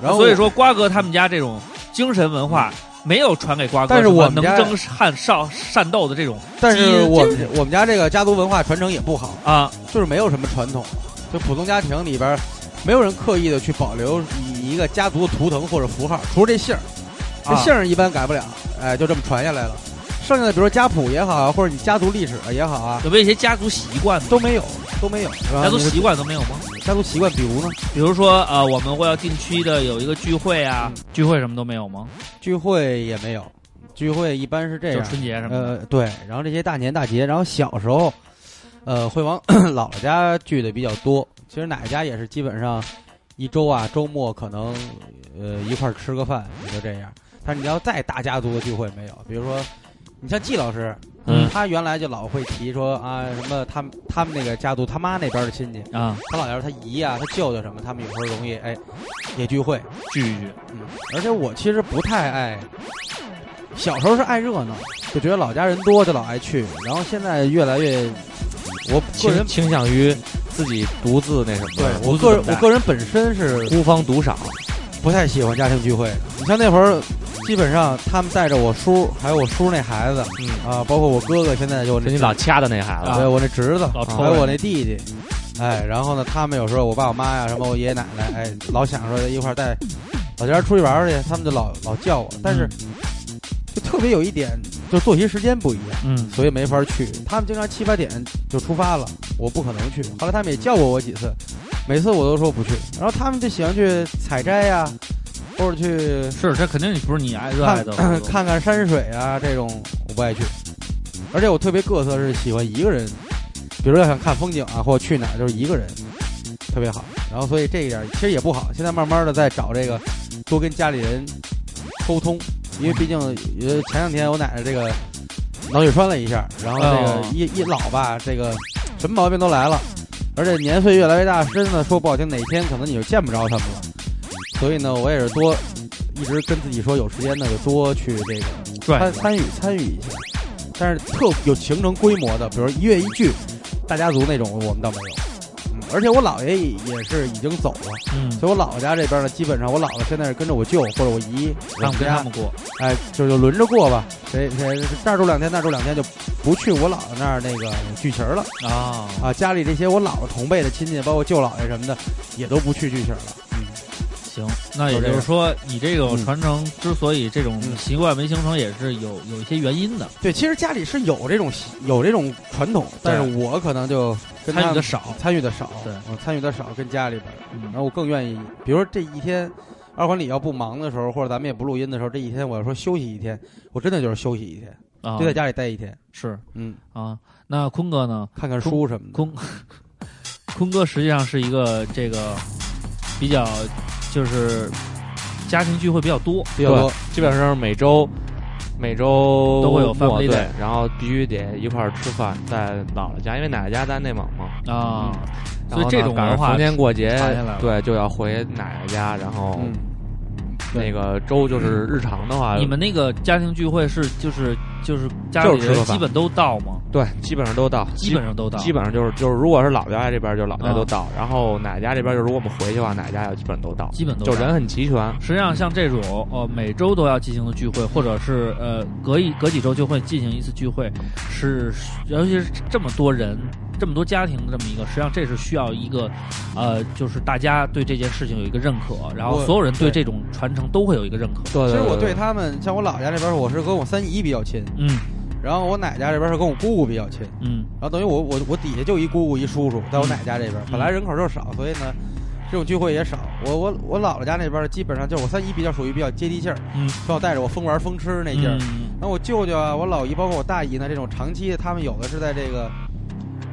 然后
所以
我
说瓜哥他们家这种精神文化没有传给瓜哥，
但是
什么
我们
能
家
争善少善斗的这种
但
基
是
因
我们我们家这个家族文化传承也不好，
啊，
就是没有什么传统，就普通家庭里边儿，没有人刻意的去保留以一个家族的图腾或者符号，除了这姓儿，这
啊
姓儿一般改不了，哎，就这么传下来了。剩下的比如说家谱也好啊，或者你家族历史也好啊，
有没有一些家族习惯呢？
都啊没有，都没有。
家族
然后
习惯都没有吗？
你家族习惯，比如呢，
比如说呃，我们会要定期的有一个聚会啊，聚会什么都没有吗？
聚会也没有，聚会一般是这
就
样，
春节什么的。
呃，对，然后这些大年大节，然后小时候，呃，会往 姥姥家聚的比较多。其实奶家也是基本上一周啊，周末可能呃一块儿吃个饭，也就这样。但是你要再大家族的聚会没有，比如说你像季老师，
嗯
他原来就老会提说啊什么他们他们那个家族他妈那边的亲戚，
啊，
他姥姥他姨啊他舅舅什么，他们有时候容易哎也聚会，
聚一聚，
嗯，而且我其实不太爱，小时候是爱热闹，就觉得老家人多就老爱去，然后现在越来越，我个
倾
人
倾向于自己独自那什么，
对我
独自
个人
怎么
我
办
个人本身是
孤芳独赏，
不太喜欢家庭聚会的。你像那会
嗯
儿，基本上他们带着我叔，还有我叔那孩子，
嗯
啊，包括我哥哥，现在就我
就
那
你老掐的那孩
对
子，
我那侄子，
啊老抽
还有
人
我那弟弟，哎，然后呢，他们有时候我爸我妈呀，什么我爷爷奶奶，哎，老想说一块儿带老家出去玩儿去，他们就老老叫我，但是就特别有一点，就作息时间不一样，
嗯，
所以没法去。他们经常七八点就出发了，我不可能去。后来他们也叫过我几次，每次我都说不去，然后他们就喜欢去采摘呀、或者去
是这肯定不是你爱热爱
看
的看
看看山水啊这种，我不爱去。而且我特别各色是喜欢一个人，比如要想看风景啊，或者去哪儿就是一个人，特别好。然后所以这一点其实也不好。现在慢慢的在找这个，多跟家里人沟通，因为毕竟呃前两天我奶奶这个脑血栓了一下，然后这个
哦
一、一老吧，这个什么毛病都来了，而且年岁越来越大，真的说不好听，哪天可能你就见不着他们了。所以呢，我也是多一直跟自己说，有时间呢就多去这个参
转
参与参与一下。但是特有形成规模的，比如一月一聚，大家族那种，我们倒没有。嗯，而且我姥爷也是已经走了，
嗯，
所以我姥姥家这边呢，基本上我姥姥现在是跟着我舅或者我姨，
他们
我们
跟他
家
们过，
哎，就就轮着过吧。谁谁这儿住两天，那儿住两天，就不去我姥姥那儿那个聚群了
啊，
啊。家里这些我姥姥同辈的亲戚，包括舅姥爷什么的，也都不去聚群了。
行，那也
就这
就是
样
说，你这种
嗯
传承之所以这种
嗯
习惯没形成，也是有有一些原因的，
对，其实家里是有这种习有这种传统，但是我可能就跟
啊参
他
与的
们
少，
参与的少，
对
我参与的少，跟家里边儿，
嗯
然后我更愿意，比如说这一天。二环里要不忙的时候，或者咱们也不录音的时候，这一天我要说休息一天，我真的就是休息一天，
啊，
就在家里待一天，
是
嗯，
啊。那坤哥呢？
看看书什么的。
坤 坤哥实际上是一个这个比较就是家庭聚会比较多，
比较多，
基本上是每周每周
都会有
末
family
对
day，
然后必须得一块儿吃饭，在姥姥家，因为奶奶家在内蒙嘛。
啊，
然
所以
后呢
这种
赶
文
上
化
逢年过节
传下来了，
对，就要回奶奶家，然后
嗯，对
那个周就是日常的话，
你们那个家庭聚会是就是就是家
就
里
是吃
人
个
基
饭
本都到吗？
对基本上都到，
基本上都到，嗯
基本上就是就是，如果是姥姥家这边，就姥姥家都到；然后奶奶家这边，就如果我们回去的话，奶奶家也基本都到，
基本都
就
到
人。很齐全。
实际上，像这种呃每周都要进行的聚会，或者是呃隔一隔几周就会进行一次聚会，是尤其是这么多人这么多家庭的这么一个，实际上这是需要一个，呃，就是大家对这件事情有一个认可，然后
我
所有人对
对
这种传承都会有一个认可。
对
其
对
实我对他们，像我姥家这边，我是跟我三姨比较亲，
嗯
然后我奶家这边是跟我姑姑比较亲，
嗯
然后等于我我我底下就一姑姑一叔叔，在我奶家这边，本来人口就少，所以呢，这种聚会也少。我我我姥姥家那边基本上就是我三姨比较属于比较接地气儿，
嗯，
从小带着我疯玩疯吃那劲儿。
嗯
那我舅舅啊，我老姨包括我大姨呢，这种长期的，他们有的是在这个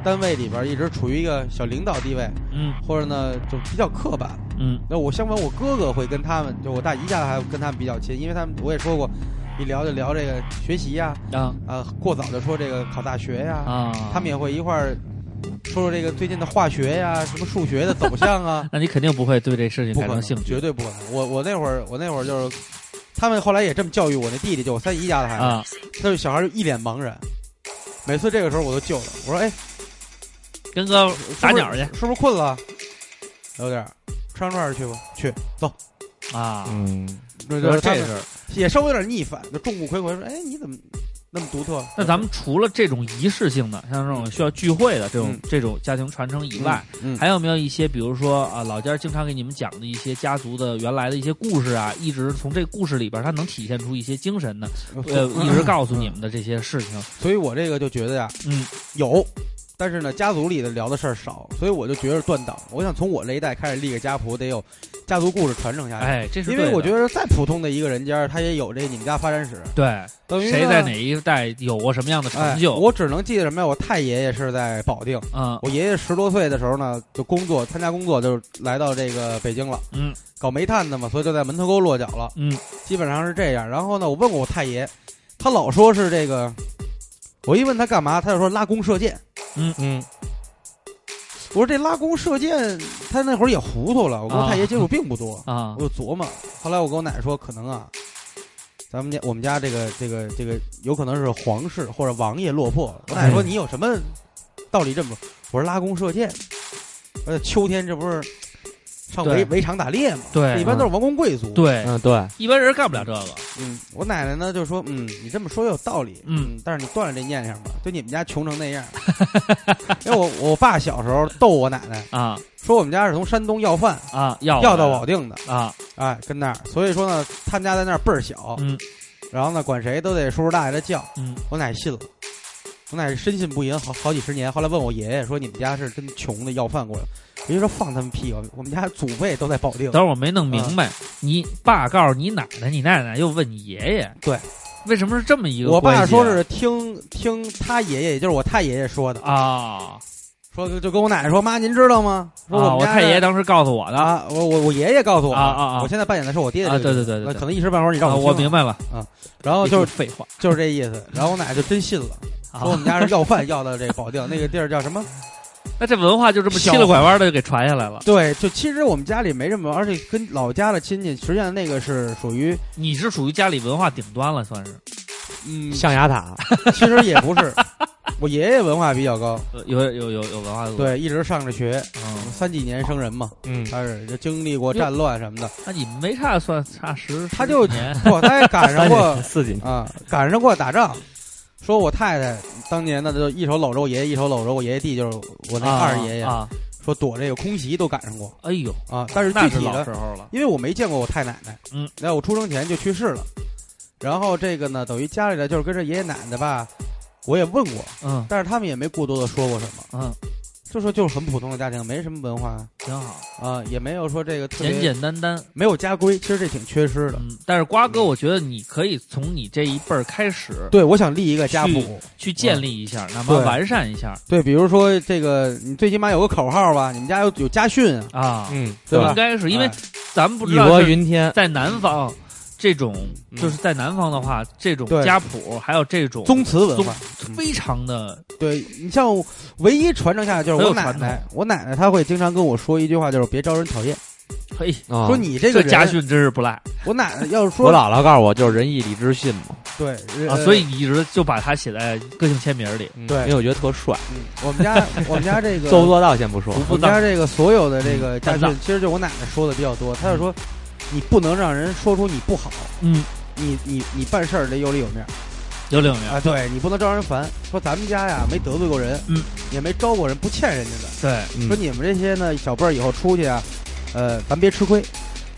单位里边一直处于一个小领导地位，
嗯
或者呢就比较刻板。
嗯
那我相反，我哥哥会跟他们，就我大姨家还跟他们比较亲，因为他们我也说过，一聊就聊这个学习呀、
嗯啊
啊，过早就说这个考大学呀、
啊，，
他们也会一块儿说说这个最近的化学呀、什么数学的走向啊
那你肯定不会对这事情
不
产生
可能
兴，趣
绝对不可能。我我那会儿，我那会儿就是，他们后来也这么教育我那弟弟，就我三姨家的孩子，
啊
他就小孩就一脸茫然。每次这个时候我都救了，我说：“哎，
跟哥打
是不是
鸟去
是不是困了？有点儿，吃上串儿去吧，去走。
啊，
嗯，”
这
说
他
这
们
事儿
也稍微有点逆反，就众目睽睽说：“哎，你怎么那么独特？”
那咱们除了这种仪式性的，像这种需要聚会的这种、
嗯
这种家庭传承以外，
嗯嗯
还有没有一些，比如说啊，老家经常给你们讲的一些家族的原来的一些故事啊，一直从这故事里边，它能体现出一些精神的，
嗯
呃，一直告诉你们的这些事情。
所以我这个就觉得呀，
嗯，
有，但是呢，家族里的聊的事儿少，所以我就觉得断档。我想从我这一代开始立个家谱，得有家族故事传承下去。
哎，这是
因为我觉
得
得再普通的一个人家，他也有这你们家发展史，
对，
等于
谁
呢
在哪一代有过什么样的
哎
成，就？
我只能记得什么呀？我太爷爷是在保定，
嗯
我爷爷十多岁的时候呢，就工作参加工作，就来到这个北京了。
嗯，
搞煤炭的嘛，所以就在门头沟落脚了。
嗯，
基本上是这样。然后呢，我问过我太爷，他老说是这个，我一问他干嘛，他就说拉弓射箭。
嗯，
我说这拉弓射箭，他那会儿也糊涂了，我跟我
啊
太爷接触并不多，
啊
我就琢磨。后来我跟我奶说，可能啊，咱们家我们家这个这个这个有可能是皇室或者王爷落魄了。我奶说
嗯
你有什么道理这么说？我说拉弓射箭，而且秋天这不是上
对
围围场打猎吗？
对嗯
这一般都是王公贵族。，
对，
嗯，对，
一般人干不了这个。
嗯，我奶奶呢就说，嗯，你这么说有道理，
嗯，
但是你断了这念想吧，就你们家穷成那 样。因为我我爸小时候逗我奶奶。
啊
说我们家是从山东要饭
啊，要
要到保定的，
啊，
哎，跟那儿，所以说呢，他们家在那儿倍儿小，
嗯
然后呢，管谁都得叔叔大爷的叫，
嗯
我奶信了，我奶深信不疑好好几十年，后来问我爷爷说你们家是真穷的要饭过来，我就说放他们屁，我我们家祖辈都在保定，
等会儿我没弄明
嗯
白，你爸告诉你奶奶，你奶奶又问你爷爷，
对，
为什么是这么一个
我爸
关系啊？
说是听听他爷爷，也就是我太爷爷说的，
啊
说就跟我奶奶说妈您知道吗？说
啊，
们
我
家
太
的
爷当时告诉我的啊，
啊，我我我爷爷告诉我的
啊啊啊
我现在扮演的是我爹
对
的这个角
对
色、
对对
那可
对，
能一时半会儿你让
啊
我
我
听
明
了，
白了，
然后就是哦
废话
就是这意思，然后我奶奶就真信了。
啊
说我。们家是要饭要到这个保定，那个地儿叫什么？
那这文化就这么七
小
了拐弯的就给传下来了。
对，就其实我们家里没这么，而且跟老家的亲戚，实际上那个是属于，
你是属于家里文化顶端了，算是
嗯，
象 牙塔，
其实也不是。我爷爷文化比较高，
呃有有有有文化的。，
对，一直上着学，
嗯，
三几年生人嘛，
嗯，
他是就经历过战乱什么的，
那你们没差算差十，
他就
10年
不，他也赶上过
四斤，
啊，赶上过打仗。说我太太当年呢，就一手搂着我爷爷，一手搂着我爷爷弟，就是我那
啊
二爷爷，
啊，
说躲这个空袭都赶上过
哎呦，
啊。但是具
那是
体
老
的
时候了。
因为我没见过我太奶奶，
嗯，
那我出生前就去世了，然后这个呢，等于家里的就是跟这爷爷奶奶吧，我也问过，
嗯
但是他们也没过多的说过什么，
嗯，
就说就是很普通的家庭，没什么文化
挺好，
啊、也没有说这个特别
简简单单。
没有家规，其实这挺缺失的。
嗯，但是瓜哥，我觉得你可以从你这一辈儿开始
对，我想立一个家谱，
去建立一下，那么
嗯对
完善一下
对，比如说这个，你最起码有个口号吧，你们家有有家训啊，
啊，
嗯，
对吧
应该是因为
哎
咱们不知
义
道
薄
就是
云天，
在南方，这种
嗯
就是在南方的话，这种
对
家谱还有这种
宗祠文化。嗯
非常的
对你像唯一传承下来就是
很
我
有
奶
传
奶，我奶奶她会经常跟我说一句话，就是别招人讨厌，
嘿，
说
说你这
啊这
个人
家训真是不赖啊
我奶奶要是说
啊我姥姥告诉我，就是仁义礼智信嘛，
对
啊，
呃
所以你一直就把它写在个性签名里，
对
因为我觉得特帅，
嗯 我们家我们家这个
做不做到先不说，
我
不
们家这个所有的这个家
嗯
训，其实就我奶奶说的比较多。她就说，你不能让人说出你不好，
嗯，
你你你办事儿得有理有面儿。
有领域，
啊，对你不能招人烦。说咱们家呀没得罪过人，
嗯，
也没招过人，不欠人家的。
对，
嗯
说你们这些呢小辈儿以后出去啊，呃，咱别吃亏，
其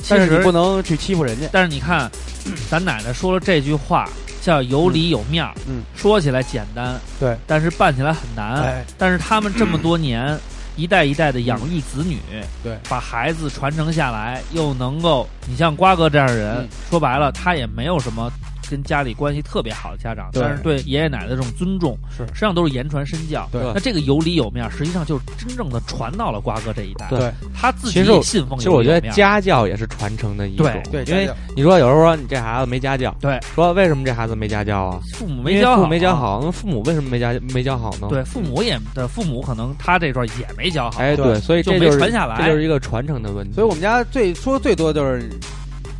但是你不
实
能去欺负人家。
但是你看， 咱奶奶说了这句话叫有理有面儿，
嗯嗯，
说起来简单，
对，
但是办起来很难，
哎，
但是他们这么多年。
嗯
一代一代的养育子女，
对，
把孩子传承下来，又能够，你像瓜哥这样的人，
嗯
说白了，他也没有什么跟家里关系特别好的家长，
对
但是对爷爷奶奶的这种尊重，
是
实际上都是言传身教。
对
那这个有理有面，实际上就真正的传到了瓜哥这一代，
对，
他自己
其实我
也信奉
其实
有
我
理
觉
有
得
面。
家教也是传承的一种，
对
对
因为
家教
你说有时候说你这孩子没家教，
对，
说为什么这孩子没家教啊？
父母
因
没
为
教
父
好，啊
母没教。好，那父母为什么没教没教好呢？，
对，父母也的父母可能他这段也没教好，
哎
对
对，所以这
没
是
传下来。
这就是一个传承的问题。
所以我们家最说最多就是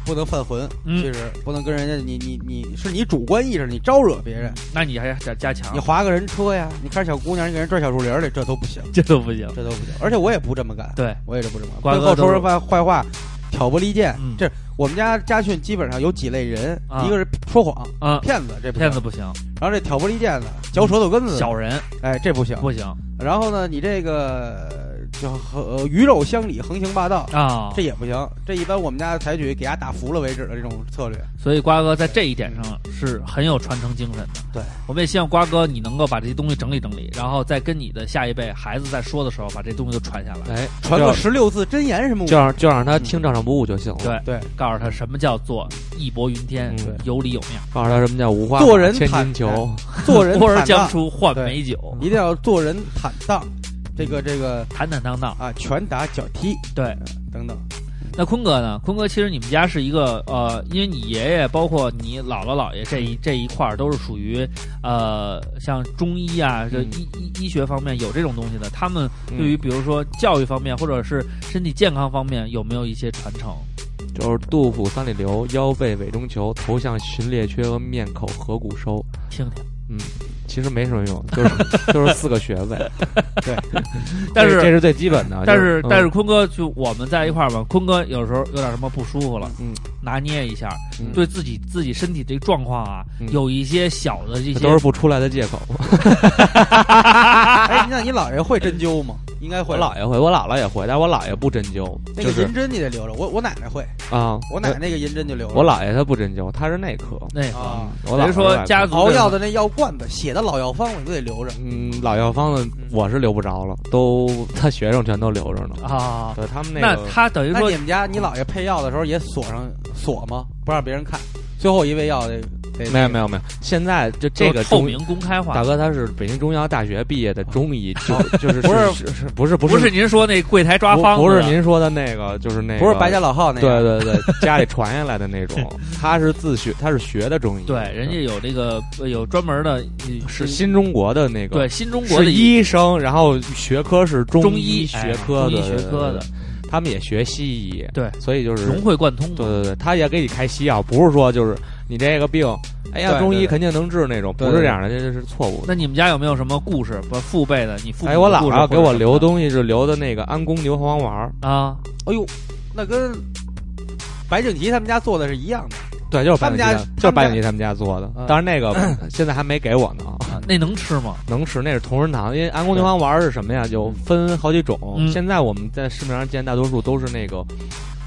不能犯浑，
嗯
其实不能跟人家你你你是你主观意识，你招惹别人，
那你还加加强
你，划个人车呀，你看小姑娘，你给人拽小树林儿里，这都不行，
这都不行。
这都不行。而且我也不这么干，
对，
我也是不这么干。
瓜
背
哥
后说
都
人坏坏话，挑拨离间
嗯，
这我们家家训基本上有几类人
啊，
一个是说谎，
嗯，
骗子这不行
骗子，不行，
然后这挑拨离间的，嚼舌头根子的，
小人
哎这不行。
不行
然后呢，你这个就和呃鱼肉乡里，横行霸道。
啊
这。也不行，这一般我们家采取给他打服了为止的这种策略。
所以瓜哥在这一点上是很有传承精神的。
对，
我们也希望瓜哥你能够把这些东西整理整理，然后再跟你的下一辈孩子在说的时候，把这东西都传下来，
哎，
传
就
个十六字真言什么？
就让就让他听照常不误就行了。
对
对，
告诉他什么叫做义薄云天
嗯，对
有理有面，
告诉他什么叫无话
做人
千
坦
金求，
做 人
泼儿
坦
将
荡，嗯
出换美酒，
一定要做人坦荡。这个这个
坦坦荡荡。
啊，拳打脚踢
对，
等等，
那坤哥呢？坤哥，其实你们家是一个呃，因为你爷爷包括你姥姥姥爷这一这一块儿都是属于呃，像中医啊，这
嗯
医医医学方面有这种东西的，他们
嗯
对于比如说教育方面或者是身体健康方面有没有一些传承？
就是肚腹三里流，腰背尾中求，头项循列缺额，面口合骨收。嗯
听听。
其实没什么用，就是就是四个穴位，
但
这这
是
是最基本的。
但
就是嗯
但是坤哥就我们在一块儿吧，坤哥有时候有点什么不舒服了，
嗯，
拿捏一下，
嗯
对自己自己身体这个状况啊，
嗯
有一些小的这
这
些
都是不出来的借口。
哎，那你姥爷会针灸吗？应该
啊我
会。
姥爷会，我姥姥也会，但我姥爷不针灸，
那
就
个
是
银针你得留着，我我奶奶会，
啊，
我奶奶那个银针就留着。
我姥爷嗯他不针灸，他是内科。
那个。
啊，
我
比
姥爷
如说
是外科
家族
熬药的那药罐子，写的老药方我都得留着。
嗯，老药方的我是留不着了，都他学生全都留着呢。
啊，
对他们
那
个
他等于
那
说
你们家你姥爷配药的时候也锁上锁吗？不让别人看。最后一味药得得
没有没有没有，现在就这
就
个
透
中
明公开化
大，哥他是北京中医药大学毕业的中医，就 就是
不是
是是不是不
不是您说那柜台抓方子啊
不
的
是您说的那个，就是那个
不是白家老号那
对
个。
对对，家里传下来 的那种，他是自学，他是学的中医，
对，人家有这个呃有专门的呃
是新中国的那个，
对新中国的
是医生，然后学科是中
中
医
医
学
哎
科
中
的，
医学科的
对，对对他们也学西医，
对
所以就是
融会贯通
对
的，
对对，他也给你开西药，不是说就是你这个病，哎呀，
对
中医
对
肯定能治那种，
对
不是这样的，这这是错误的。
那你们家有没有什么故事？不，父辈的，你父母
哎，我
的
姥
故事
姥给我
或者什么的
留东西是留的那个安宫牛黄丸儿，
啊，
哎呦，那跟白景琦他们家做的是一样的。
对，就是白
他们
景
家
琦他们
他
就是
们
白
家
景琦他们家做的
嗯，
当然那个现在还没给我呢，
啊那能吃吗？
能吃那是同仁堂，因为安宫牛黄丸儿是什么呀？就分好几种
嗯，
现在我们在市面上见大多数都是那个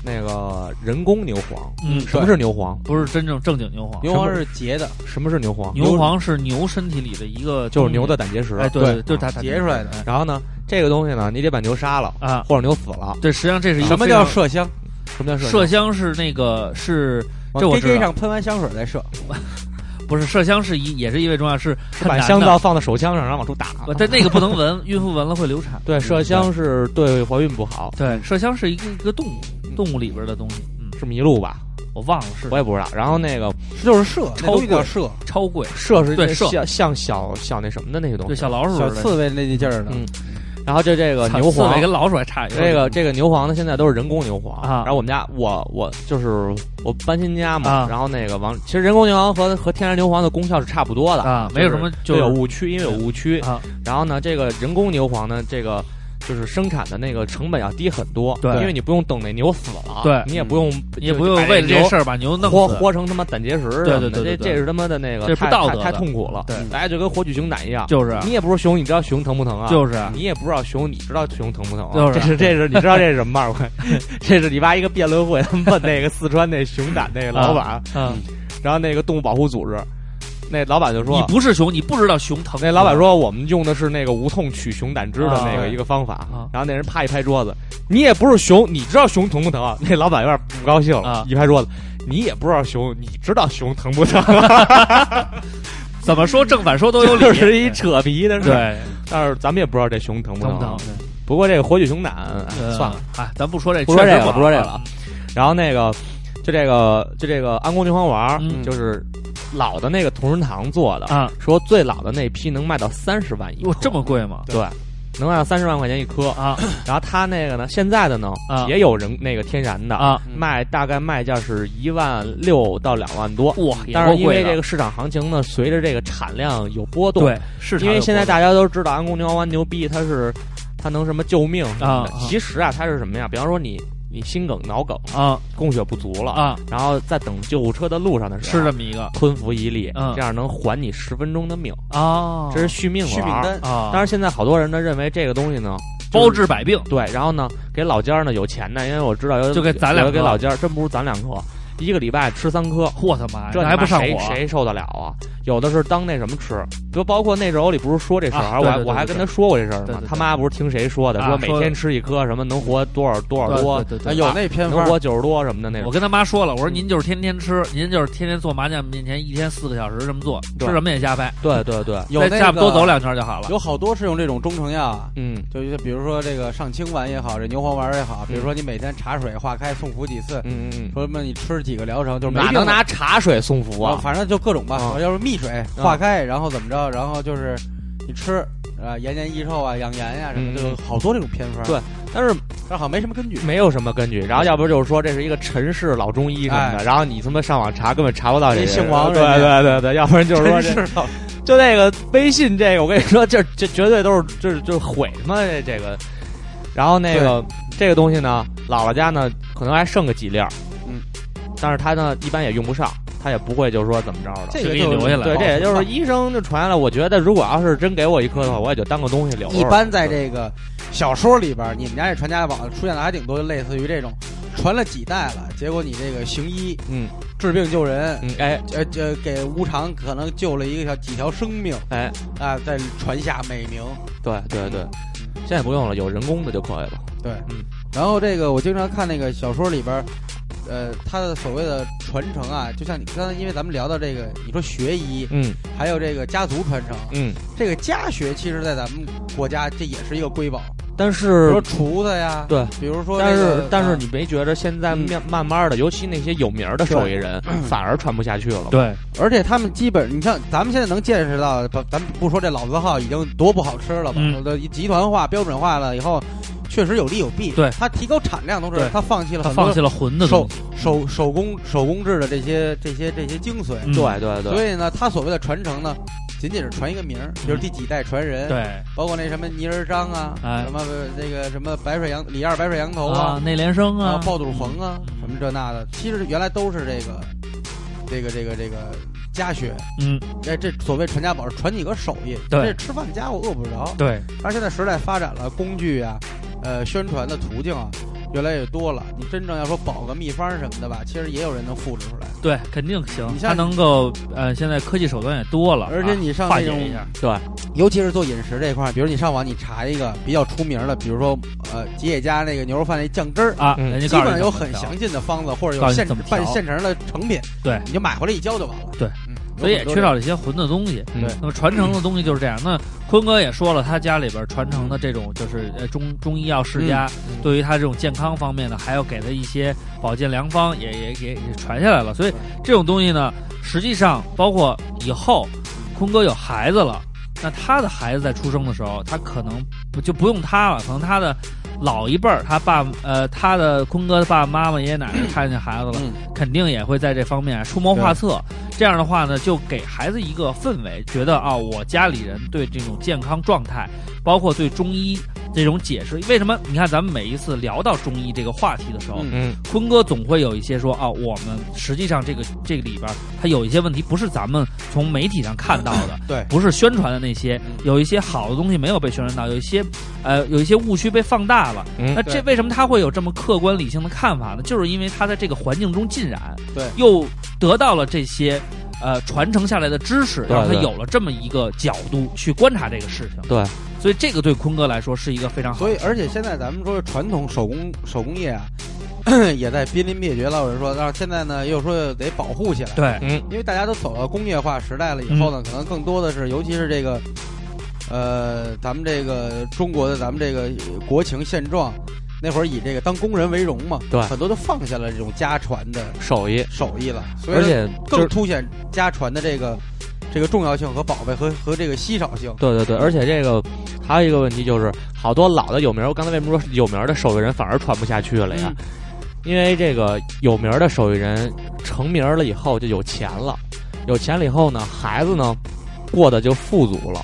那个人工牛黄。
嗯，
什么是牛黄？
不是真正正经牛黄，
牛黄是结的，
什么是牛黄？
牛黄是牛身体里的一个，
就是牛的，胆结石。
哎，对
对
就是它它
结出来的
哎
然后呢，这个东西呢，你得把牛杀了，
啊。
或者牛死了。
对，实际上这是一个
什么
非常
叫麝香？
什么叫
麝香是那个是
往
哦
这我
K
知
K
道
上喷完香水再射。
不是麝香是一也是一味中药是很
把
难
香
的
皂放到手枪上，然后往出打。
不但那个不能闻， 孕妇闻了会流产。
对，麝香是对怀孕不好，
对，麝香是一个一个动物
嗯
动物里边的东西，嗯，
是麋鹿吧？
我忘了是
我也不知道。然后那个
就是射，那
超
东西叫
贵
射，
超贵，
麝是
对麝
像像小小那什么的那些东
对
西。
小老鼠
小
似的
刺猬那劲儿的
嗯。然后就这个
操
牛
刺
黄
猬，跟老鼠还差一
这个这个牛黄呢，现在都是人工牛黄。
啊
然后我们家我我就是我搬新家嘛，
啊
然后那个往其实人工牛黄和和天然牛黄的功效是差不多的
啊，没有什么就
就
是
有误区，因为有误区
啊
然后呢，这个人工牛黄呢，这个就是生产的那个成本要啊低很多，
对
因为你不用等那牛死了，啊
对嗯
你也不用
也不用
就把
为了这
牛
事儿把牛弄
活
死，
活成他妈胆结石什么
对
的，
对对对
这
对
这是他妈的那个
这是不
太
道德
太太
的
痛苦了，
对
大家就跟活取熊奶一样，
就是
你也不是熊，你知道熊疼不疼啊？
就是
你也不知道熊，你知道熊疼不疼啊？
就是
这是这是你知道这是什么 吗？这是你爸一个辩论会，他们问那个四川那熊胆那个老板，
嗯，
然后那个动物保护组织，那老板就
你
说，
不是熊，你不知道熊疼。
那老板说我们用的是那个无痛取熊胆汁的那
啊
个一个方法
啊，
然后那人啪一拍桌子，你也不是熊，你知道熊疼不疼啊？那老板有点不高兴
啊
了，一拍桌子，你也不知道熊，你知道熊疼不 疼？啊
怎么说正反说都有理，
就是一扯皮的事儿，
对，
但是咱们也不知道这熊疼不
疼不疼
疼啊。？不过这个活血熊胆，哎
呃
算了。，
哎，咱不说这，
不说这
确实
个了，
好
不说这个了。然后那个，就这个，就这个安宫牛黄丸儿，
嗯
就是老的那个同仁堂做的，
啊！
说最老的那批能卖到三十万一颗
哟，，这么贵吗？
对，能卖到三十万块钱一颗。
啊
然后他那个呢，现在的呢、
啊
也有人那个天然的，嗯
啊！
卖大概卖价是一万六到两万多。
哇，也
啊但是
够
因
贵
为
的
这个市场行情呢，随着这个产量有波动，
对市场
因为
有
现在
波
大家都知道安宫牛丸牛逼，它是它能什么救命什么的
啊啊
其实啊，它是什么呀？比方说你你心梗、脑梗，
动啊
供血不足了，
啊，
然后在等救护车的路上的时
是
候，
这么一个
吞服一粒，
嗯
这样能还你十分钟的命，
啊，
这是续命
续命
丸。
丹，
啊，
哦当然，现在好多人呢认为这个东西呢
包治百病，
对，然后呢给老家儿呢有钱的，因为我知道有
就给咱两
有给
颗
老家儿，真不如咱两颗，一个礼拜吃三颗，
我他哎妈呀，
这
那还
他
不
妈
上
谁
火？
谁受得了啊？有的是当那什么吃，就包括那时候里不是说这事儿，
啊
我还
对对对
我还
对
跟他说过这事儿
对
呢
对。对
他妈不是听谁说的，
啊
说每
说
天吃一颗什么能活多少多少多，
对对
啊，
对，
有那偏
能
方，
活九十多什么的那
我
种。
跟他妈说了，我说
嗯
您就是天天吃，您就是天天坐麻将面前一天四个小时这么做，吃
对
什么也瞎掰，
对对对，
有
在
那
下面多
个
走两圈就好了。
有好多是用这种中成药啊，
嗯
就是比如说这个上清丸也好，这牛黄丸也好，比如说你每天茶水化开送服几次，
嗯嗯
说什么你吃几个疗程，就
嗯，
是没
哪
病
能拿茶水送服
啊，
啊？
反正就各种吧，
啊
要是蜜水化开，然后怎么着，然后就是你吃啊，延年益寿啊，养颜呀什么
嗯
的，就有好多这种偏方，
对但是
但是好像没什么根据。
没有什么根据。然后要不就是说这是一个陈氏老中医什么的，
哎
然后你他妈上网查根本查不到这
人
人
姓王
对
人
对对对，要不然就是说这
真是的
就那个微信这个，我跟你说， 这这绝对都是就是就是毁他妈这这个。然后那个这个东西呢，姥姥家呢可能还剩个几粒儿，
嗯，
但是他呢一般也用不上，他也不会就是说怎么着的。
这
就
个
给你留
就
下
是
来
对，这也 就是医生就传下来。我觉得如果要是真给我一颗的话，我也就当个东西留着。
一般在这个小说里边，你们家这传家宝出现的还挺多，类似于这种传了几代了，结果你这个行医，
嗯，
治病救人，
嗯，哎
呃，这给无偿可能救了一个小几条生命
哎，
啊，在传下美名。
对对对，现在不用了，有人工的就可以了。
对，
嗯
然后这个我经常看那个小说里边儿，呃，它的所谓的传承啊，就像你刚才，因为咱们聊到这个，你说学医，
嗯
还有这个家族传承，
嗯，
这个家学其实在咱们国家这也是一个瑰宝，
但
比如
是
说厨子呀，
对，
比如说
但
这个、
是但是
啊
你没觉着现在
嗯
面慢慢的，尤其那些有名儿的手艺人， 反而传不下去了吗？
对，
而且他们基本，你像咱们现在能见识到，咱咱不说这老字号已经多不好吃了吧？
嗯
都集团化、标准化了以后，确实有利有弊。
对
它提高产量同
对
时，它放弃了
他
很
放
多
弃了魂的东西，
手手工手工制的这些这些这些精髓。
嗯
对对对，
所以呢，它所谓的传承呢，仅仅是传一个名儿，比如第几代传
哎
人，
嗯对
包括那什么泥人张啊，
哎
什么呃那个什么白水羊李二白水羊头
啊
啊，，
内联升
然
啊
后，爆肚黄啊
嗯，
什么这那的，其实原来都是这个这个这个这个家学。
嗯，
这这所谓传家宝，传几个手艺，
对
这吃饭家伙饿不着。
对，
而现在时代发展了，工具啊，呃，宣传的途径啊，越来越多了。你真正要说保个秘方什么的吧，其实也有人能复制出来。
对，肯定行
你。像
它能够呃，现在科技手段也多了，
而且
啊
你上
化
那
解
种
一下，
尤其是做饮食这块儿，比如你上网你查一个比较出名的，比如说呃吉野家那个牛肉饭那酱汁儿，
啊，
嗯
人家
基
告诉你
本上有
怎么
很
调
详尽的方子，或者
告诉
有
你
现
怎么调
半现成的成品，
对
你就买回来一浇就完了。
对
嗯，
所以也
有很多
缺少了一些魂的东西。
嗯
对
那么传承的东西就是这样。那坤哥也说了，他家里边传承的这种就是呃中中医药世家，
嗯嗯
对于他这种健康方面呢，还要给他一些保健良方，也也也也传下来了。所以这种东西呢，实际上包括以后坤哥有孩子了，那他的孩子在出生的时候，他可能不就不用他了，可能他的。老一辈儿，他爸呃，他的坤哥的爸爸妈妈、爷爷奶奶看见孩子了，
嗯
肯定也会在这方面出谋划策。这样的话呢，就给孩子一个氛围，觉得啊，我家里人对这种健康状态，包括对中医这种解释。为什么？你看咱们每一次聊到中医这个话题的时候，
嗯
嗯
坤哥总会有一些说啊，我们实际上这个这个里边儿，它有一些问题不是咱们从媒体上看到的，
嗯
对
不是宣传的那些
嗯，
有一些好的东西没有被宣传到，有一些呃有一些误区被放大了。
嗯
那这
对
为什么他会有这么客观理性的看法呢？就是因为他在这个环境中浸染，
对
又得到了这些。呃，传承下来的知识，
对
让他
对
有了这么一个角度去观察这个事情。
对，
所以这个对坤哥来说是一个非常好。
所以，而且现在咱们说传统手工手工业啊， 也在濒临灭绝了。有人说，但是现在呢，又说得保护起来，
对，
嗯
因为大家都走到工业化时代了以后呢，可能更多的是，尤其是这个，呃，咱们这个中国的咱们这个国情现状，那会儿以这个当工人为荣嘛，
对
很多都放下了这种家传的
手艺，
手艺了，所以
而且就
更
是
凸显家传的这个这个重要性和宝贝和和这个稀少性。
对对对，而且这个还有一个问题就是，好多老的有名儿，我刚才为什么说有名儿的手艺人反而传不下去了呀？因为这个有名儿的手艺人成名儿了以后就有钱了，有钱了以后呢，孩子呢过得就富足了，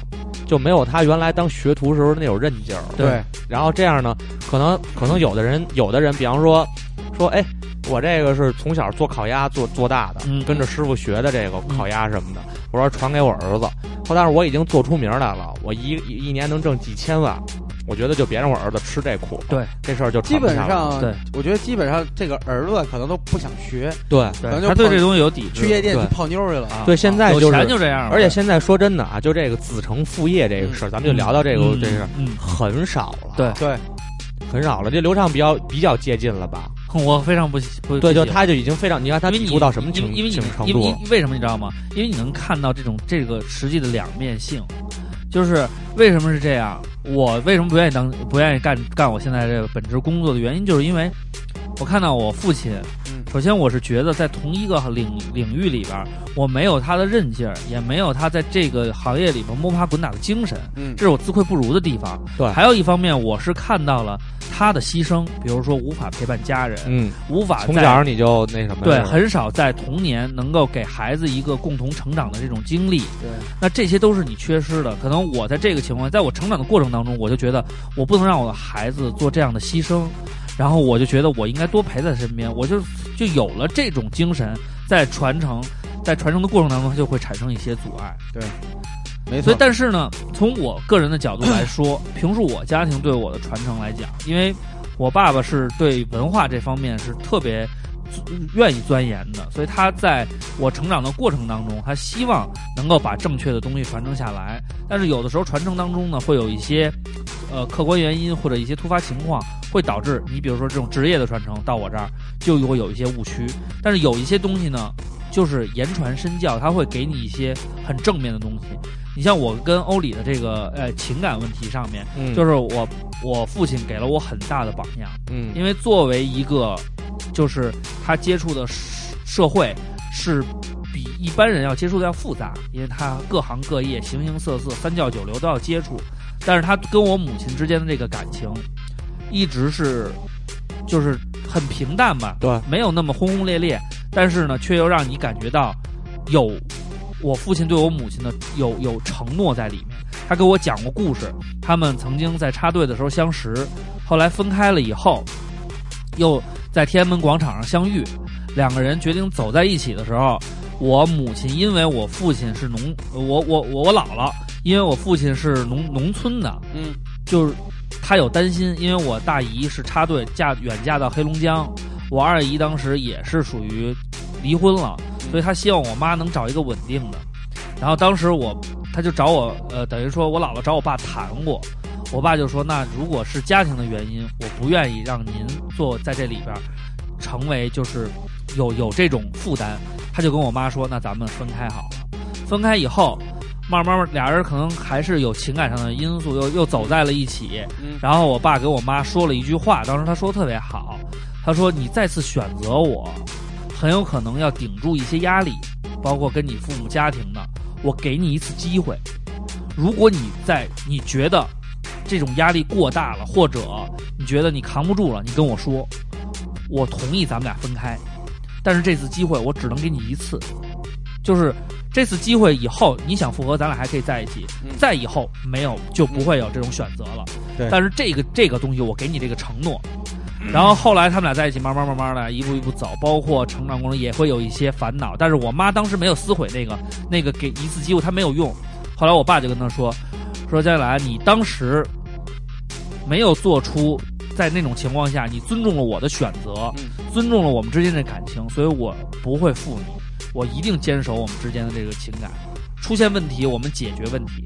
就没有他原来当学徒时候那种韧劲儿了。
对
对，
然后这样呢，可能可能有的人，有的人，比方说，说，哎，我这个是从小做烤鸭做做大的，
嗯
跟着师傅学的这个烤鸭什么的，我说传给我儿子，后但是我已经做出名来了，我一一一年能挣几千万，我觉得就别让我儿子吃这苦了，
对，
这事儿就
基
传不
本
下来了
上
对，
我觉得基本上这个儿子可能都不想学，
对
可能就
他对
碰
这东西有抵制。
去夜店
对
去泡妞去了啊。
对，现在
有
就是，
钱就这样了，
而且现在说真的啊，就这个子承父业这个事儿，咱们就聊到这个、
嗯
这事儿。
嗯，
很少了，
对
对，
很少了。这刘畅比较比较接近了吧？
嗯我非常不喜不
对，
不
就
喜欢
他就已经非常，你看他
因为
抵
你
触到什么
因为
程
因为你
什么程
因
度啊
为
了？
因为什么你知道吗？因为你能看到这种这个实际的两面性，就是为什么是这样？我为什么不愿意当不愿意干干我现在这个本职工作的原因，就是因为我看到我父亲，
嗯
首先我是觉得在同一个领领域里边儿，我没有他的韧劲儿，也没有他在这个行业里边摸爬滚打的精神，
嗯
这是我自愧不如的地方。
对
还有一方面我是看到了他的牺牲，比如说无法陪伴家人，
嗯，
无法
从
在
小你就那什么
对，
嗯
是吧
很少在童年能够给孩子一个共同成长的这种经历。
对，
那这些都是你缺失的。可能我在这个情况，在我成长的过程当中，我就觉得我不能让我的孩子做这样的牺牲，然后我就觉得我应该多陪在他身边，我就就有了这种精神，在传承，在传承的过程当中，它就会产生一些阻碍。
没
所
错
以，。但是呢，从我个人的角度来说， 评述我家庭对我的传承来讲，因为我爸爸是对文化这方面是特别嗯愿意钻研的，所以他在我成长的过程当中，他希望能够把正确的东西传承下来。但是有的时候传承当中呢，会有一些呃客观原因或者一些突发情况，会导致你比如说这种职业的传承到我这儿就会有一些误区。但是有一些东西呢，就是言传身教，它会给你一些很正面的东西。你像我跟欧里的这个呃情感问题上面，
嗯
就是我我父亲给了我很大的榜样，
嗯
因为作为一个就是他接触的社社会是比一般人要接触的要复杂，因为他各行各业、形形色色、三教九流都要接触，但是他跟我母亲之间的这个感情一直是就是很平淡吧，
对
没有那么轰轰烈烈，但是呢，却又让你感觉到有我父亲对我母亲的有有承诺在里面。他给我讲过故事，他们曾经在插队的时候相识，后来分开了以后，又在天安门广场上相遇，两个人决定走在一起的时候，我母亲因为我父亲是农，我我我我姥姥，因为我父亲是农农村的，
嗯，
就是他有担心，因为我大姨是插队嫁远嫁到黑龙江，我二姨当时也是属于离婚了，所以他希望我妈能找一个稳定的。然后当时我他就找我，呃，等于说我姥姥找我爸谈过，我爸就说，那如果是家庭的原因，我不愿意让您做在这里边儿成为就是有有这种负担，他就跟我妈说，那咱们分开好了。分开以后，慢慢儿俩人可能还是有情感上的因素，又又走在了一起。
嗯
然后我爸给我妈说了一句话，当时他说得特别好，他说你再次选择我，很有可能要顶住一些压力，包括跟你父母家庭的，我给你一次机会。如果你在你觉得这种压力过大了，或者你觉得你扛不住了，你跟我说，我同意咱们俩分开，但是这次机会我只能给你一次，就是这次机会以后你想复合，咱俩还可以在一起，
嗯
再以后没有就不会有这种选择了。
对嗯
但是这个这个东西，我给你这个承诺。然后后来他们俩在一起，慢慢慢慢的，一步一步走，包括成长过程也会有一些烦恼。但是我妈当时没有撕毁那个那个给一次机会，她没有用。后来我爸就跟她说，说佳兰，啊你当时没有做出在那种情况下，你尊重了我的选择，
嗯
尊重了我们之间的感情，所以我不会负你，我一定坚守我们之间的这个情感。出现问题，我们解决问题。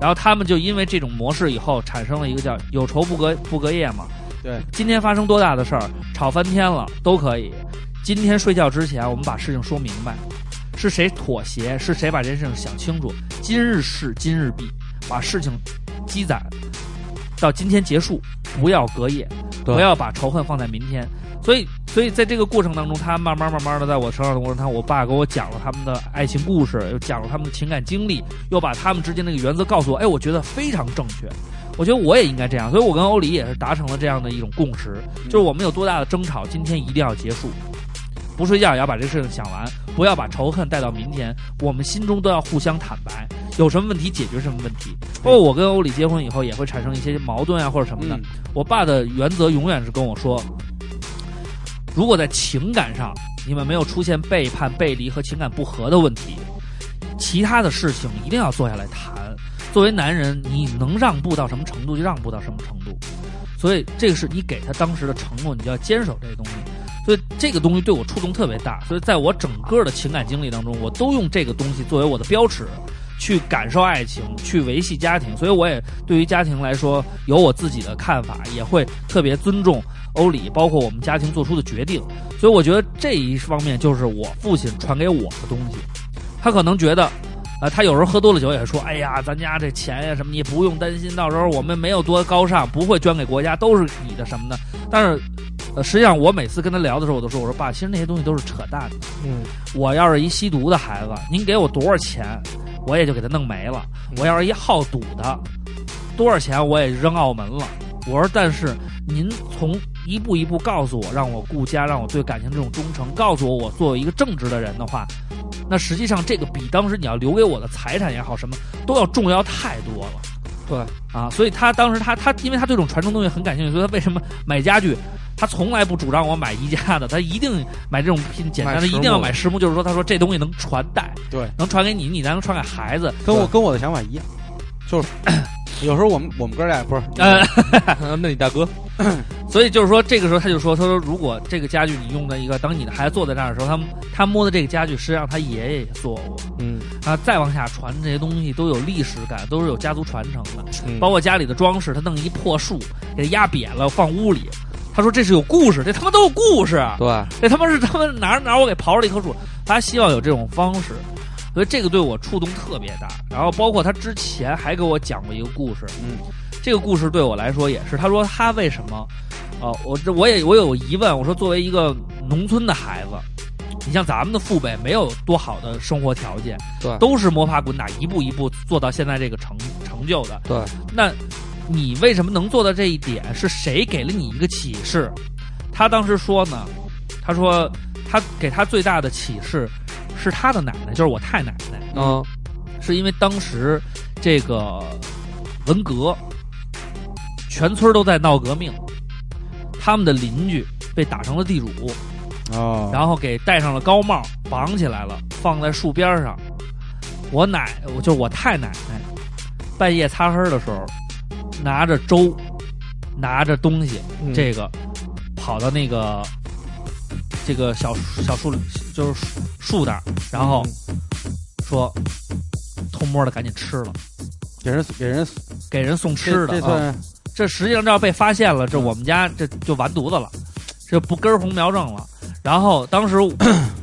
然后他们就因为这种模式以后，产生了一个叫“有仇不隔不隔夜”嘛。
对，
今天发生多大的事儿，吵翻天了都可以。今天睡觉之前，我们把事情说明白，是谁妥协，是谁把这件事情想清楚。今日事今日毕，把事情积攒到今天结束，不要隔夜，
对
不要把仇恨放在明天。所以，所以在这个过程当中，他慢慢慢慢的在我成长的过程当中，我爸给我讲了他们的爱情故事，又讲了他们的情感经历，又把他们之间那个原则告诉我。哎，我觉得非常正确，我觉得我也应该这样。所以我跟欧里也是达成了这样的一种共识，就是我们有多大的争吵，今天一定要结束。不睡觉也要把这事情想完，不要把仇恨带到明天。我们心中都要互相坦白，有什么问题解决什么问题。包括我跟欧里结婚以后，也会产生一些矛盾啊或者什么的。
嗯
我爸的原则永远是跟我说，如果在情感上你们没有出现背叛、背离和情感不和的问题，其他的事情一定要坐下来谈。作为男人，你能让步到什么程度就让步到什么程度，所以这个是你给他当时的承诺，你就要坚守这个东西。所以这个东西对我触动特别大，所以在我整个的情感经历当中，我都用这个东西作为我的标尺，去感受爱情，去维系家庭。所以我也对于家庭来说有我自己的看法，也会特别尊重欧里，包括我们家庭做出的决定。所以我觉得这一方面就是我父亲传给我的东西。他可能觉得，呃，他有时候喝多了酒也说，哎呀，咱家这钱呀什么，你不用担心，到时候我们没有多高尚，不会捐给国家，都是你的什么的。但是，呃，实际上我每次跟他聊的时候，我都说，我说爸，其实那些东西都是扯淡的。
嗯，
我要是一吸毒的孩子，您给我多少钱，我也就给他弄没了；我要是一好赌的，多少钱我也扔澳门了。我说，但是您从一步一步告诉我，让我顾家，让我对感情这种忠诚，告诉我我作为一个正直的人的话，那实际上这个比当时你要留给我的财产也好，什么都要重要太多了。对啊，所以他当时他他，因为他对这种传承东西很感兴趣，所以他为什么买家具，他从来不主张我买宜家的，他一定买这种拼简单的，
买实
一
木
定要买实木，就是说他说这东西能传代，
对，
能传给你，你才能传给孩子。
跟我跟我的想法一样，就是 有时候我们我们哥俩不是，
呃，
那你大哥，
所以就是说，这个时候他就说，他说如果这个家具你用在一个，当你的孩子坐在那儿的时候，他他摸的这个家具，实际上他爷爷也做过
嗯，
啊。再往下传这些东西都有历史感，都是有家族传承的。
嗯
包括家里的装饰，他弄一破树给它压瘪了放屋里，他说这是有故事，这他妈都有故事，啊
对，
这他妈是他妈哪儿哪儿我给刨了一棵树，他希望有这种方式，所以这个对我触动特别大。然后包括他之前还给我讲过一个故事，
嗯，
这个故事对我来说也是，他说他为什么，呃，我这我也我有疑问，我说作为一个农村的孩子，你像咱们的父辈没有多好的生活条件，
对
都是摸爬滚打一步一步做到现在这个成成就的，
对，
那你为什么能做到这一点？是谁给了你一个启示？他当时说呢，他说他给他最大的启示是他的奶奶，就是我太奶奶，
嗯，
是因为当时这个文革，全村都在闹革命，他们的邻居被打成了地主，
哦，
然后给戴上了高帽，绑起来了，放在树边上。我奶，我就是我太奶奶，半夜擦黑的时候，拿着粥，拿着东西，
嗯
这个跑到那个这个小小树，就是树树那儿，然后
嗯
说偷摸的赶紧吃了，
给人给人
给人送吃的。
这
啊
这算
这实际上这要被发现了，这我们家这就完犊子了，这不根红苗正了。然后当时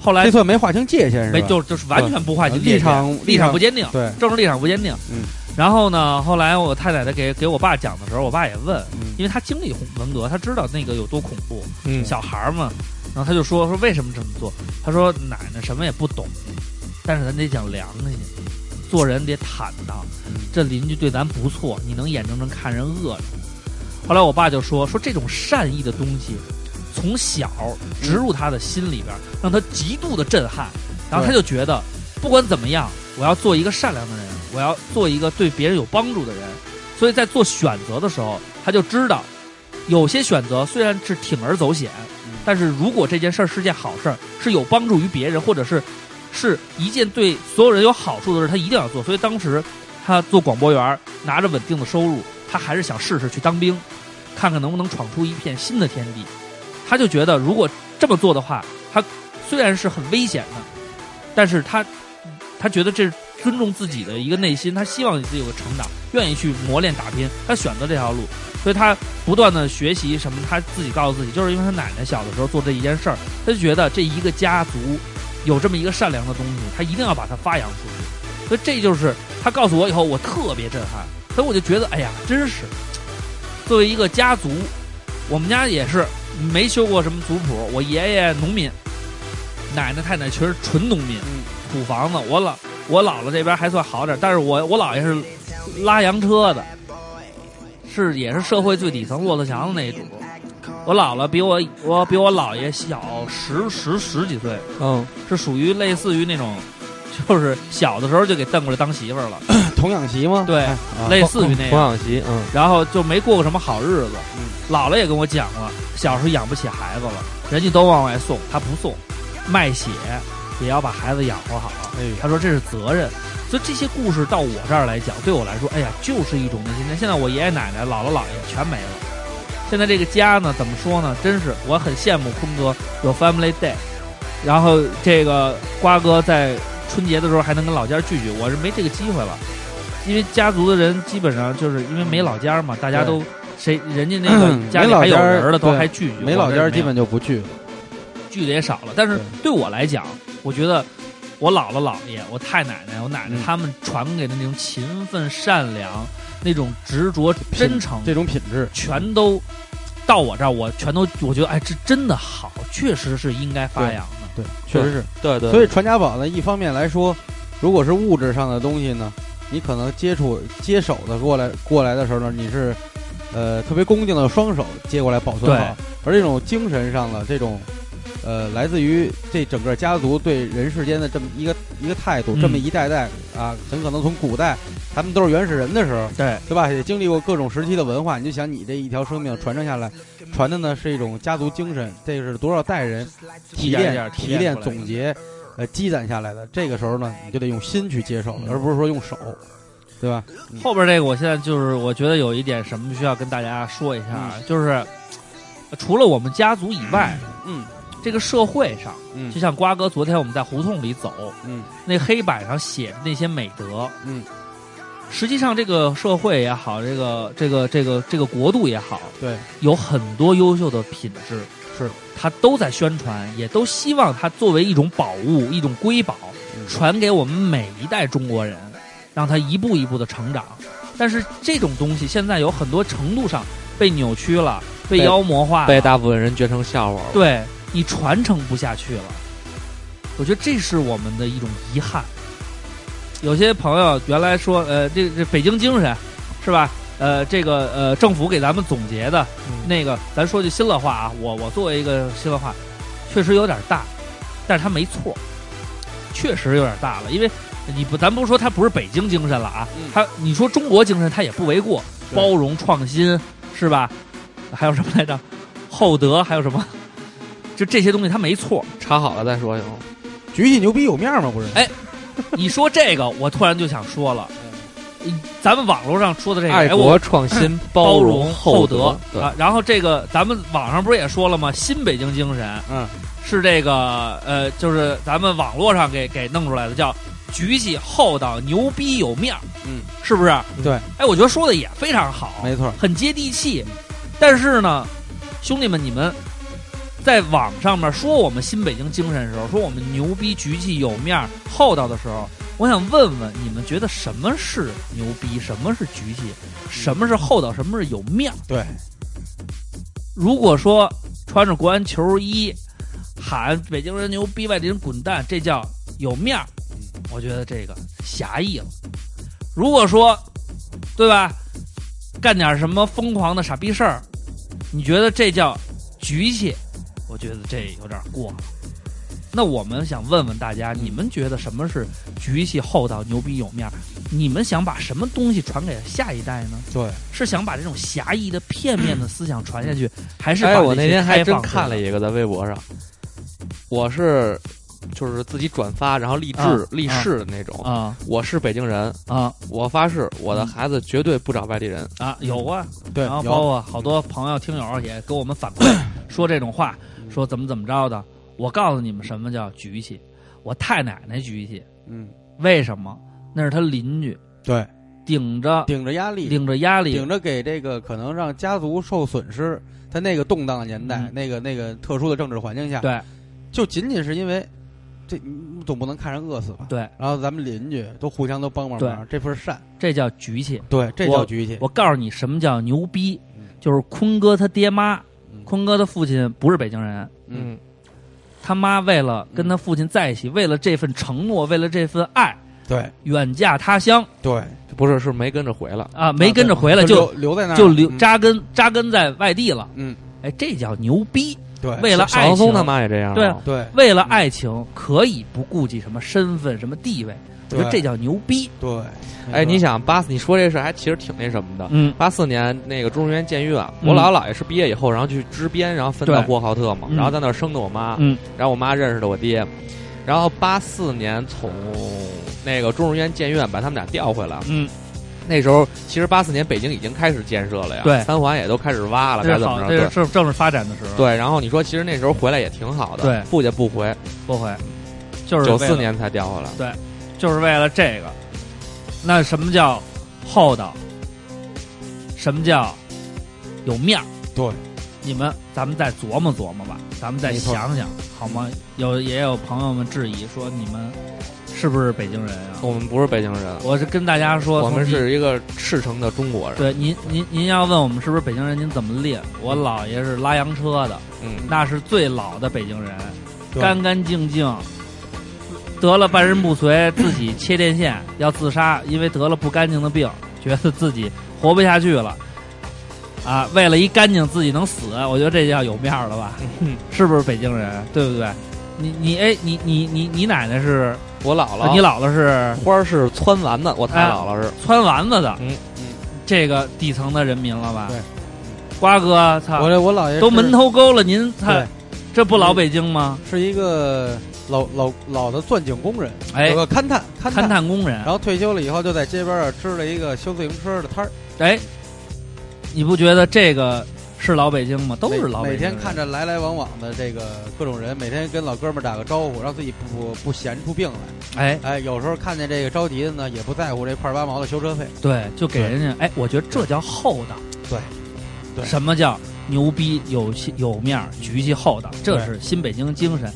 后来
这算没划清界限是
没
吧？
就就是完全不划清
对
界限
立场
立
立
场
场
不坚定，
对，
政治立场不坚定。
嗯。
然后呢，后来我太奶奶给给我爸讲的时候，我爸也问，
嗯
因为他经历红文革，他知道那个有多恐怖，
嗯，
小孩儿嘛。然后他就说说为什么这么做？他说奶奶什么也不懂，但是咱得讲良心，做人得坦荡。这邻居对咱不错，你能眼睁睁看人饿着。后来我爸就说说这种善意的东西，从小植入他的心里边，让他极度的震撼，然后他就觉得不管怎么样，我要做一个善良的人，我要做一个对别人有帮助的人。所以在做选择的时候，他就知道，有些选择虽然是铤而走险，但是如果这件事儿是件好事儿，是有帮助于别人，或者是是一件对所有人有好处的事，他一定要做。所以当时他做广播员儿，拿着稳定的收入，他还是想试试去当兵，看看能不能闯出一片新的天地。他就觉得，如果这么做的话，他虽然是很危险的，但是他他觉得这是尊重自己的一个内心，他希望自己有个成长，愿意去磨练打拼，他选择这条路，所以他不断的学习什么，他自己告诉自己，就是因为他奶奶小的时候做这一件事儿，他就觉得这一个家族有这么一个善良的东西，他一定要把它发扬出去，所以这就是他告诉我以后，我特别震撼，所以我就觉得，哎呀，真是作为一个家族，我们家也是没修过什么族谱，我爷爷农民，奶奶太奶全是纯农民，土房子，我老我姥姥这边还算好点儿，但是我我姥爷是拉洋车的，是也是社会最底层骆驼祥子那一主。我姥姥比我我比我姥爷小十十十几岁，
嗯，
是属于类似于那种，就是小的时候就给蹬过来当媳妇儿了，
童养媳吗？
对
哎啊
类似于那
童
样，
养媳，嗯，
然后就没过过什么好日子。姥姥也跟我讲了，小时候养不起孩子了，人家都往外送，他不送，卖血也要把孩子养活好。
哎呦
他说这是责任。所以这些故事到我这儿来讲，对我来说，哎呀，就是一种内心。现在我爷爷奶奶、姥姥姥爷全没了，现在这个家呢，怎么说呢？真是我很羡慕坤哥有 Family Day，然后这个瓜哥在春节的时候还能跟老家聚聚，我是没这个机会了，因为家族的人基本上就是因为没老家嘛，大家都谁人家那个家里还有人了，都
嗯没老家儿
还聚聚，
没
我
老
这
家
没
儿基
有
本就不去了。
聚的也少了。但是对我来讲，我觉得我姥姥、姥爷、我太奶奶、我奶奶
嗯
他们传给的那种勤奋、善良、那种执着、真诚，
这种品质，
全都到我这儿，我全都我觉得，哎，这真的好，确实是应该发扬的。
对，确实是。
对对，
所
以
以传家宝呢，一方面来说，如果是物质上的东西呢，你可能接触接手的过来过来的时候呢，你是呃特别恭敬的双手接过来保存好，而这种精神上的这种。呃，来自于这整个家族对人世间的这么一个一个态度，
嗯
这么一代代啊，很可能从古代他们都是原始人的时候，
对，
对吧？也经历过各种时期的文化，你就想你这一条生命传承下来，传的呢是一种家族精神，这个是多少代人提
炼一下
炼、
提
提
炼
炼
出来的
总结，呃，积攒下来的。这个时候呢，你就得用心去接受了，而不是说用手，对吧？
后边这个，我现在就是我觉得有一点什么需要跟大家说一下，啊就是呃除了我们家族以外，
嗯
这个社会上，
嗯
就像瓜哥昨天我们在胡同里走，
嗯
那黑板上写的那些美德，
嗯，
实际上这个社会也好，这个这个这个这个国度也好，
对，
有很多优秀的品质，
是
它都在宣传，也都希望它作为一种宝物、一种瑰宝，
嗯
传给我们每一代中国人，让它一步一步的成长。但是这种东西现在有很多程度上被扭曲了，被
被
妖魔化了，
被大部分人觉成笑话了。
对你传承不下去了。我觉得这是我们的一种遗憾。有些朋友原来说，呃，这这北京精神是吧？呃，这个呃，政府给咱们总结的、那个，咱说句心里话啊，我我作为一个心里话，确实有点大，但是他没错，确实有点大了，因为。你不，咱不说他不是北京精神了啊，
嗯
他你说中国精神，他也不为过，
对
包容创新是吧？还有什么来着？厚德还有什么？就这些东西，它没错。
查好了再说以后。
举起牛逼有面儿吗？不是？
哎你说这个，我突然就想说了，咱们网络上说的这个，
爱
哎，我
国创新、
包
嗯容、
厚
德，对，
啊。然后这个，咱们网上不是也说了吗？新北京精神
嗯，
是这个，呃，就是咱们网络上给给弄出来的，叫举起厚道，牛逼有面儿，
嗯，
是不是？
对，
哎，我觉得说的也非常好，
没错，
很接地气。但是呢，兄弟们，你们在网上面说我们新北京精神的时候，说我们牛逼、举气、有面儿、厚道的时候，我想问问你们，觉得什么是牛逼，什么是举气，什么是厚道，什么是有面儿？
对，
如果说穿着国安球衣喊北京人牛逼，外地人滚蛋，这叫有面儿，我觉得这个狭义了。如果说，对吧，干点什么疯狂的傻逼事儿，你觉得这叫局气？我觉得这有点过了。那我们想问问大家，你们觉得什么是局气厚道、牛逼有面儿？你们想把什么东西传给下一代呢？
对，
是想把这种狭义的、片面的思想传下去，还是把
哎，我
这
那
些
天还
开
真
放出
看
来
了一个在微博上，我是就是自己转发，然后励志、
啊
立
啊
誓的那种。
啊
我是北京人，
啊
我发誓我的
嗯
孩子绝对不找外地人。
啊，有啊，
对，
然后包
有
括好多朋友、听友也给我们反馈，说这种话，说怎么怎么着的。我告诉你们，什么叫举一起？我太奶奶举一起，
嗯，
为什么？那是他邻居
对，
顶着
顶着压力，
顶着压力
顶，着给这个可能让家族受损失，在那个动荡的年代，
嗯
那个那个特殊的政治环境下，
对
就仅仅是因为这你总不能看人饿死吧？
对，
然后咱们邻居都互相都帮帮忙，这份善，
这叫举起。
对，这
我
叫举起。
我告诉你，什么叫牛逼
嗯？
就是坤哥他爹妈
嗯，
坤哥的父亲不是北京人，
嗯，
他妈为了跟
嗯
他父亲在一起，为了这份承诺，为了这份爱，
对
远嫁他乡
对，
不是，是没跟着回来。
啊，没跟着回来
啊对
就
留留在那儿，
就留
嗯
扎根扎根在外地了。
嗯，
哎，这叫牛逼！
对，
为了
邵
爱
阳
情
松，他妈也这样啊。
对啊
对
为了爱
嗯
情可以不顾及什么身份、什么地位，我觉得
对
这叫牛逼。
对，
哎，
没
你
错
想八四，你说这事儿还其实挺那什么的。
嗯，
八四年那个中日院建院，
嗯
啊我姥姥姥爷是毕业以后，然后去支边，然后分到
对
呼和浩特嘛，
嗯
然后在那儿生的我妈，
嗯
然后我妈认识的我爹，然后八四年从那个中日院建院把他们俩调回来，
嗯，
那时候其实八四年北京已经开始建设了呀，
对
三环也都开始挖了，
这
该
是
啊怎
好
么，着？
这
对
是正正是发展的时候。，
对，然后你说其实那时候回来也挺好的，
对
不也不回，
不会，就是
九
为
四
了，
年才调回来，
就是为了这个。那什么叫厚道？什么叫有面儿？
对，
你们咱们再琢磨琢磨吧，咱们再
没错
想想好吗？有也有朋友们质疑说你们是不是北京人啊？
我们不是北京人，
我是跟大家说，
哦我们
从第
是一个赤诚的中国人，
对您您您要问我们是不是北京人，您怎么列？我姥爷是拉洋车的，
嗯，
那是最老的北京人，
对
干干净净，得了半身不遂，自己切电线要自杀，因为得了不干净的病，觉得自己活不下去了。啊，为了一干净自己能死，我觉得这叫有面儿了 吧？是不是北京人？对不对？你你哎，你你你你奶奶是，
我姥呃姥，
你姥姥是
花儿是汆完的，我太
哎
姥姥是，
汆丸子的，
嗯
嗯
这个底层的人民了吧？
对，
瓜哥，
我
操，
这我姥爷
都
是
门头沟了，您他
对，
这不老北京吗？
是一个老老老的钻井工人，
哎
有，个勘探勘
勘
探，
探工人
嗯然，后退休了以后就在街边儿啊支了一个修自行车的摊儿，
哎，你不觉得这个是老北京吗？都是
每
老
每
北京
天
人。
看着来来往往的这个各种人，每天跟老哥们儿打个招呼，让自己不不闲出病来。
哎，
哎，有时候看见这个着急的呢，也不在乎这块八毛的修车费。
对，就给
对
人家，哎，我觉得这叫厚道。
对，对
什么叫牛逼有气有面儿，举起厚道，这
对
是新北京精神。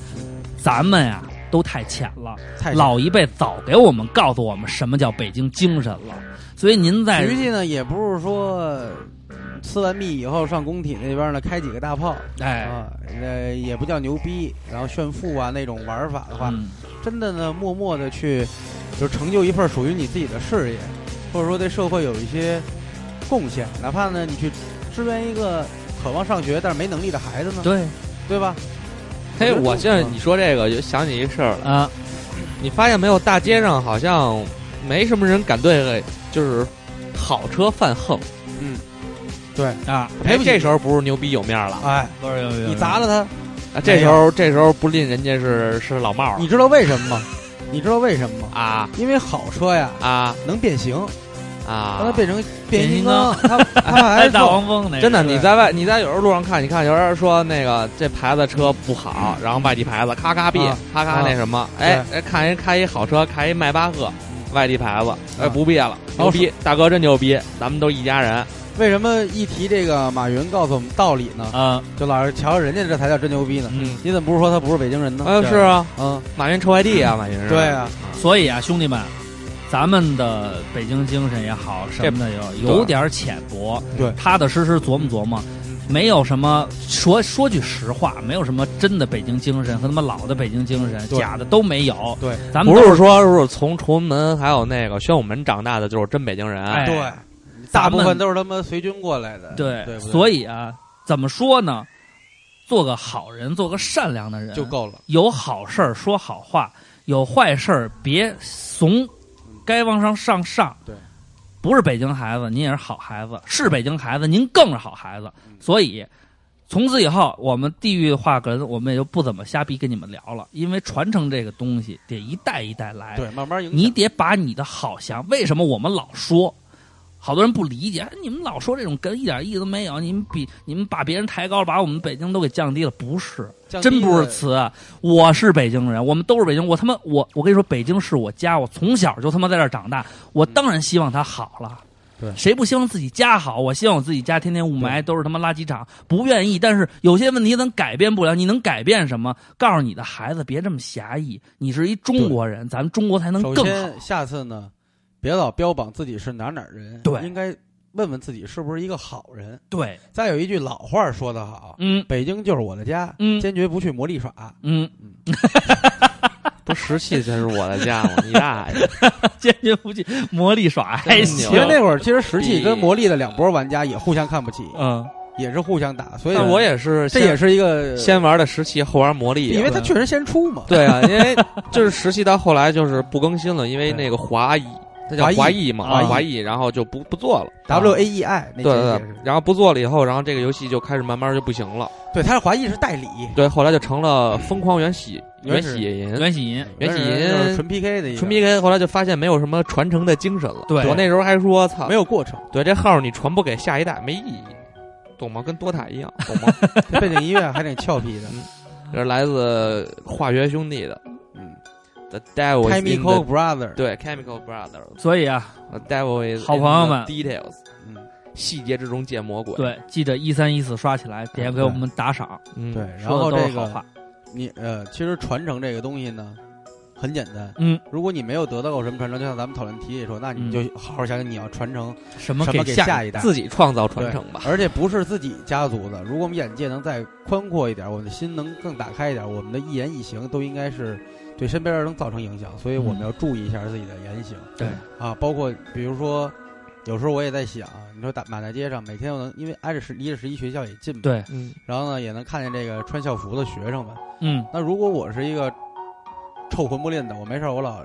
咱们呀、都太浅了，
太
老一辈早给我们告诉我们什么叫北京精神了。所以您在
局气呢，也不是说嗯撕完蜜以后上工体那边呢开几个大炮
哎，
啊，呃，也不叫牛逼，然后炫富啊那种玩法的话，
嗯
真的呢，默默的去，就成就一份属于你自己的事业，或者说对社会有一些贡献，哪怕呢你去支援一个渴望上学但是没能力的孩子呢，
对
对吧？
嘿，
觉得
我
这
现在
嗯
你说这个，就想起一事儿来，
啊，
你发现没有？大街上好像没什么人敢对就是好车犯横，哎
对，
啊，
赔不起
这时候不是啊牛逼有面儿了，
哎，
不是
你砸了他，
啊这时候这时候不吝人家是是老帽
你知道为什么吗？你知道为什么吗？
啊
因为好车呀
啊
能变形，
啊！
让它变成
变
变形
形
金
金
刚
刚，
它 它还
哎大
造
黄蜂那
真的，
对
你在外你在有时候路上看，你看有人说那个这牌子车不好，然后外地牌子咔咔毙
啊，
咔咔
啊
那什么，哎哎，看人开一好车，开一迈巴赫，外地牌子，哎
啊
不毙了，
然后
牛逼，大哥真牛逼，咱们都一家人，
为什么一提这个马云告诉我们道理呢？
啊，
就老是瞧人家这才叫真牛逼呢。
嗯，
你怎么不是说他不是北京人呢？
哎是啊，
嗯，
马云臭外地啊，马云是，
对啊，
所以啊，兄弟们，咱们的北京精神也好，什么的有有点浅薄，
对
踏踏实实琢磨琢磨，没有什么说说句实话，没有什么真的北京精神和他妈老的北京精神，
对
假的都没有。
对，
咱们
不
都
是说是从崇文门还有那个宣武门长大的就是真北京人，
哎
对，大部分都是他妈随军过来的，
对，
对不对，
所以啊，怎么说呢？做个好人，做个善良的人
就够了。
有好事儿说好话，有坏事儿别怂，该往上上上。
对，
不是北京孩子，您也是好孩子；是北京孩子，您更是好孩子。
嗯
所以，从此以后，我们地域化哏，我们也就不怎么瞎逼跟你们聊了，因为传承这个东西得一代一代来。
对，慢慢影响
哎你得把你的好想，为什么我们老说？好多人不理解，哎你们老说这种梗一点意义都没有，你们比你们把别人抬高，把我们北京都给降低了，不是？
降低
真不是
了
词啊，我是北京人，我们都是北京。我他妈，我我跟你说，北京是我家，我从小就他妈在这儿长大，我当然希望它好了。
嗯对
谁不希望自己家好？我希望我自己家天天雾霾，都是他妈垃圾场，不愿意。但是有些问题咱改变不了，你能改变什么？告诉你的孩子，别这么狭义。你是一中国人，咱们中国才能
首
更好。
先，下次呢，别老标榜自己是哪儿哪儿人，
对
应该问问自己是不是一个好人。
对，
再有一句老话说得好，
嗯
北京就是我的家，
嗯
坚决不去魔力耍。
嗯，
不是石器才是我的家吗？你大 爷！
坚决不去魔力耍还
真
行
因。为
牛
那会儿其实石器跟魔力的两波玩家也互相看不起，
嗯，
也是互相打，所以
但我也是
这
先，
也是一个，
先玩的石器，后玩魔力。啊
因为他确实先出 嘛。
对啊，因为就是石器到后来就是不更新了，因为那个华裔，它叫
华
华
裔
裔嘛，
啊
华裔，然后就不不做了。
W A E I 那
对
些
对
也
对
是，，
然后不做了以后，然后这个游戏就开始慢慢就不行了。
对，他是华裔是代理，
对，后来就成了疯狂原喜
原
原
始
喜银。
袁喜银，
袁启银
就是纯 P K 的一个，
纯 PK 后来就发现没有什么传承的精神了。
对
我那时候还说，操
没，有过程。
对这号你传不给下一代没意义，懂吗？跟多塔一样，懂 吗？
这背景音乐还挺俏皮的
这是来自化学兄弟的，
嗯
，The Devil is in
，Chemical
the
Brother，
对 Chemical Brothers，The
所以啊，
Devil is
好朋友们
in the details，
嗯
细节之中见魔鬼。
对，记着一三一四刷起来，别给我们打赏，
嗯，
对，然
说
后
的都
这
是好
个
话。
你呃，其实传承这个东西呢，很简单。
嗯，
如果你没有得到过什么传承，就像咱们讨论题也说，那你
嗯
就好好想想你要传承
什么
什么给
下
下一代
自己创造
对
传承吧。
而且不是自己家族的。如果我们眼界能再宽阔一点，我们的心能更打开一点，我们的一言一行都应该是对身边人能造成影响，所以我
嗯
们要注意一下自己的言行。
对
啊，包括比如说，有时候我也在想，你说打马大街上每天我能因为挨着十离着十一学校也近嘛，
对，
嗯，
然后呢也能看见这个穿校服的学生们。
嗯
那如果我是一个臭魂不吝的，我没事儿我老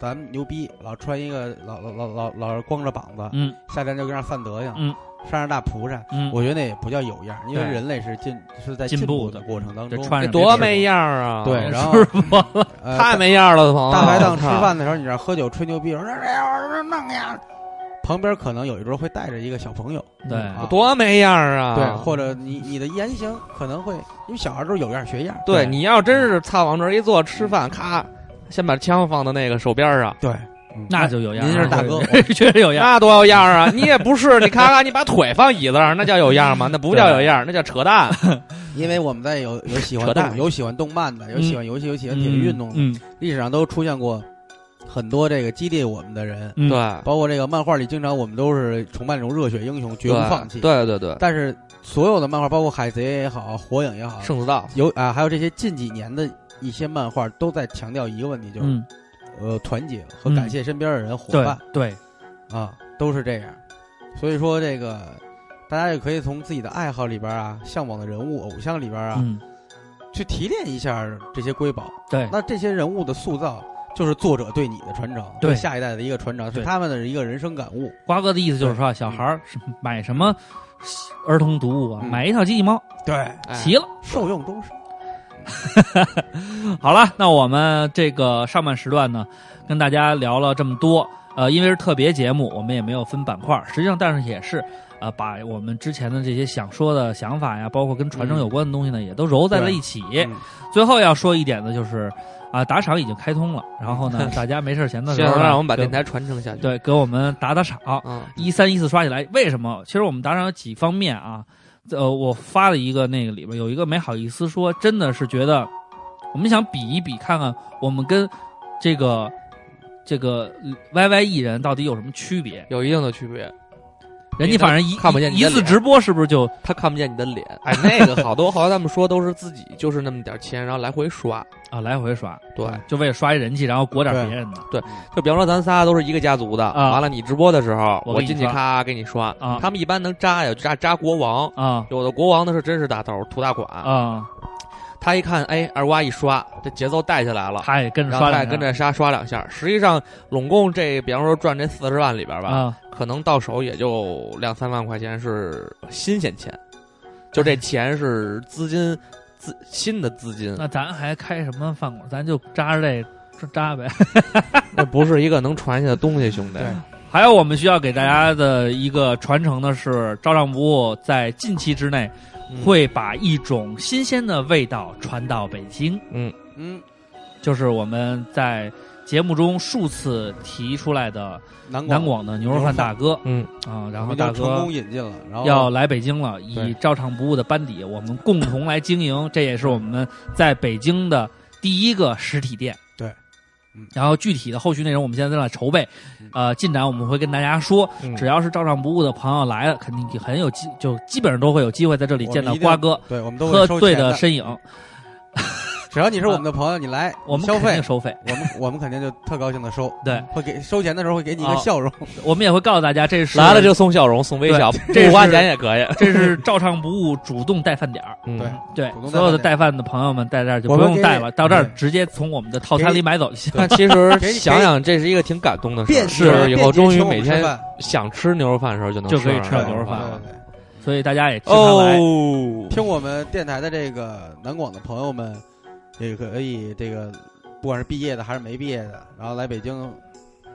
咱们牛逼，老穿一个老老老老老是光着膀子，
嗯
夏天就跟那儿散德行，
嗯，
上上大蒲扇，
嗯，
我觉得那也不叫有样儿，因为
对
人类是进是在
进
进
步
步的
的
过程当
这
中，
穿
这
上
多
没
没样儿啊！
对，
是
然后 呃
太没样儿了，朋友。
大排档吃
操
饭的时候，你这儿喝酒吹牛逼，我说这玩意儿弄呀，旁边可能有一桌会带着一个小朋友，
对
啊
多没样儿啊！
对，或者你你的言行可能会，因为小孩都是有样儿学样儿，
对，你要真是操往这儿一坐吃饭，咔，先把枪放到那个手边儿上，
对，嗯
那就有样儿
您是大哥，
确实有样儿。
那多有样儿 啊！你也不是，你咔咔，你把腿放椅子上，那叫有样
嗯
吗？那不叫有样，那叫扯淡。
因为我们在有有喜欢
扯淡
动有喜欢动漫的，有喜欢游戏，有喜欢体育运动的，
嗯
历史上都出现过很多这个激励我们的人，
嗯，
对，
包括这个漫画里，经常我们都是崇拜那种热血英雄，绝不放弃。，
对对对，
但是所有的漫画，包括海贼也好，火影也好，
圣子道，
有啊，还有这些近几年的一些漫画，都在强调一个问题，就是、
嗯，
呃团结和感谢身边的人伙
对
伴、
对，
啊，都是这样。所以说，这个大家也可以从自己的爱好里边啊，向往的人物、偶像里边啊，
嗯
去提炼一下这些瑰宝。
对，
那这些人物的塑造，就是作者对你的传承，
对
下一代的一个传承，是
对
他们的一个人生感悟。
瓜哥的意思就是说，小孩儿是买什么儿童读物啊，
嗯
买一套机器猫，
对，
哎
齐了。
受用终身。
好了，那我们这个上半时段呢，跟大家聊了这么多，呃，因为是特别节目，我们也没有分板块，实际上但是也是。呃，把我们之前的这些想说的想法呀，包括跟传承有关的东西呢，也都揉在了一起。
嗯
最后要说一点的就是，啊，打赏已经开通了，然后 呢，大家没事儿闲的
希
时候
望
呢，
让我们把
给
电台传承下去。，
对给我们打打赏，
啊，
一三一四刷起来，为什么？其实我们打赏有几方面啊，呃，我发了一个那个里边有一个没好意思说，真的是觉得我们想比一比，看看我们跟这个这个 YY 艺人到底有什么区别。
有一定的区别。
人家反正一
看不见你
一
的
次
脸
直播是不是就
他看不见你的脸， 哎，那个好多，后来他们说都是自己就是那么点儿钱，然后来回刷。
啊来回刷，
对，
就为了刷一人气，然后裹点别人的
就比方说咱仨都是一个家族的，
啊
完了你直播的时候，
我
我
给你
进去
刷
咔给你刷
啊，
他们一般能扎呀，扎扎国王，
啊
啊有的国王的是真是大头，图大款，
啊
他一看，哎，二瓜一刷，这节奏带起来了，
他也跟着
然
刷啊
后
两
再
下，
跟着杀刷两下。实际上，拢共这，比方说赚这四十万里边吧，
啊，
可能到手也就两三万块钱是新鲜钱，就
哎
这钱是资金资新的资金，
那咱还开什么饭馆？咱就扎着这扎呗。
那不是一个能传下的东西，兄弟。
对
还有我们需要给大家的一个传承的是，照账不误在近期之内
嗯
会把一种新鲜的味道传到北京，
嗯，
就是我们在节目中数次提出来的
南
南广的牛肉饭大哥
嗯，
啊，
我
然后
们
大
就成
哥
功引进了，然后
要来北京了，
对
以照常不误的班底，我们共同来经营，这也是我们在北京的第一个实体店。
对嗯
然后具体的后续内容，我们现在正在筹备
嗯，
呃，进展我们会跟大家说。
嗯
只要是照常不误的朋友来了，肯定很有机，就基本上都会有机会在这里见到瓜哥
对我们都
喝
会收
醉
钱的
身影。
只要你是我们的朋友，你来
啊我们
消
肯
费嗯
定，收费，
我们我们肯定就特高兴的收，
对，
会给收钱的时候会给你
啊
一个
哦
笑容，
我们也会告诉大家，这是
来了就送笑容，送微笑，
这
不花
是
钱也可以。
这是照常不误主动带饭点儿。
嗯
对
对
主动带饭点，
所有的带饭的朋友们在这儿就不
我们
用
给
带了，到这儿
对
直接从我们的套餐里买走就行。
但其实
给你
想想，这是一个挺感动的事儿。
便
是以后终于每天
吃
想吃牛肉饭的时候就能
就可以吃
上
到牛肉饭
了嗯
对对对
所以大家也经常来。
哦，
听我们电台的这个南广的朋友们，也可以这个，不管是毕业的还是没毕业的，然后来北京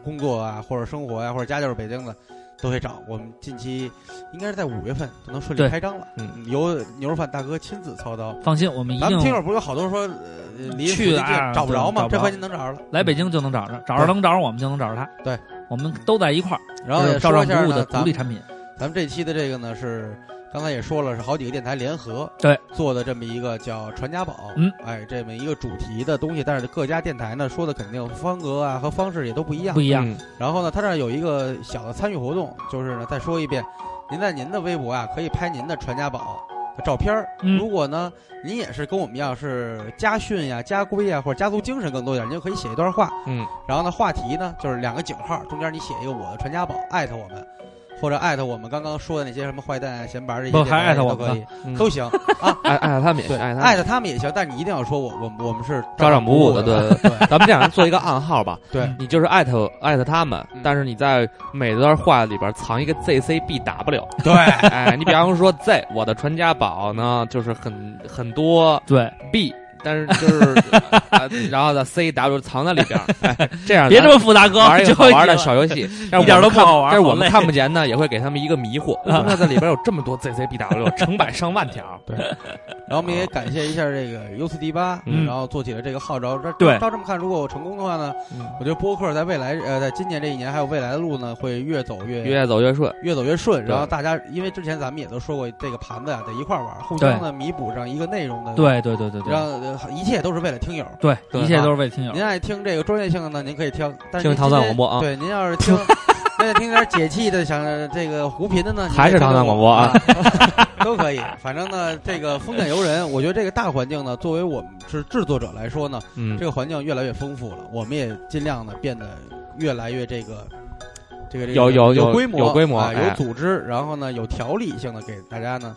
工作啊，或者生活呀、或者家就是北京的，都可以找我们。近期应该是在五月份就能顺利
对
开张了，
嗯，
由牛肉饭大哥亲自操刀。
放心，我们一
咱们听
定
友不是有好多说呃离
嗯去
附近
了啊
找不着吗？
找不着
这回您能找着了。
来北京就能找着，找着能找着我们就能找着他。
嗯对，
我们都在一块儿，
然后
这
也
是嗯照账
说一下
不误
呢
的，
咱
独立
们
产品。
咱们这期的这个呢是，刚才也说了，是好几个电台联合
对
做的这么一个叫“传家宝”，
嗯，
哎，这么一个主题的东西，但是各家电台呢说的肯定风格啊和方式也都不一样
不。一样，
嗯
然后呢，它这儿有一个小的参与活动，就是呢再说一遍，您在您的微博啊可以拍您的传家宝。的照片儿
嗯
如果呢，您也是跟我们一样是家训呀、家规呀，或者家族精神更多一点，您就可以写一段话，
嗯，
然后呢，话题呢就是两个井号，中间你写一个我的传家宝，艾特我们，或者艾特我们刚刚说的那些什么坏蛋啊、闲白儿这些
不
电台
还艾特
都
我们
可以，
嗯
都行。
爱爱他们也
对，
爱他
艾特
们。
他们也行，但你一定要说我我我们是
照
照
常不误的
的，对
咱们这样做一个暗号吧，
对
你就是艾特艾特他们
嗯，
但是你在每段话里边藏一个 ZCBW，
对，
哎，你比方说 Z，我的传家宝呢就是很很多
对，
B，但是就是呃然后呢 CW 藏在里边，哎，
嗯
这样
别这
咱
么复杂哥，
玩一 个
就
好玩的
你了
小游戏，但是
一点
我们
都不
看
好玩
但是我
好
们
累
看不见呢，也会给他们一个 迷惑。为什么在里边有这么多 ZCBW，成百上万条？
然后我们也感谢一下这个 U 四 D 八，
嗯
然后做起了这个号召。这
对
照这么看，如果我成功的话呢，
嗯
我觉得播客在未来呃，在今年这一年还有未来的路呢，会越走越
越走越顺，
越走越顺。
对
然后大家，因为之前咱们也都说过，这个盘子啊得一块儿玩，互相的弥补上一个内容的，，
对对对对对
让呃一切都是为了听友。
对，
对
一切都是为听友。
您爱听这个专业性的呢，您可以听，但是
听
您
唐
今
三
天
广播啊
对，您要是 听，那听点解气的，想呃这个胡频的呢，您
还
可
是
以
唐
听
三广播啊
啊， 都可以。反正呢，这个风卷游人，我觉得这个大环境呢，作为我们是制作者来说呢，
嗯
这，个环境越来越丰富了，我们也尽量的变得越来越这个。这个这个
有有
有
有
规模
有规模
啊
哎
有组织，然后呢有条理性的给大家呢，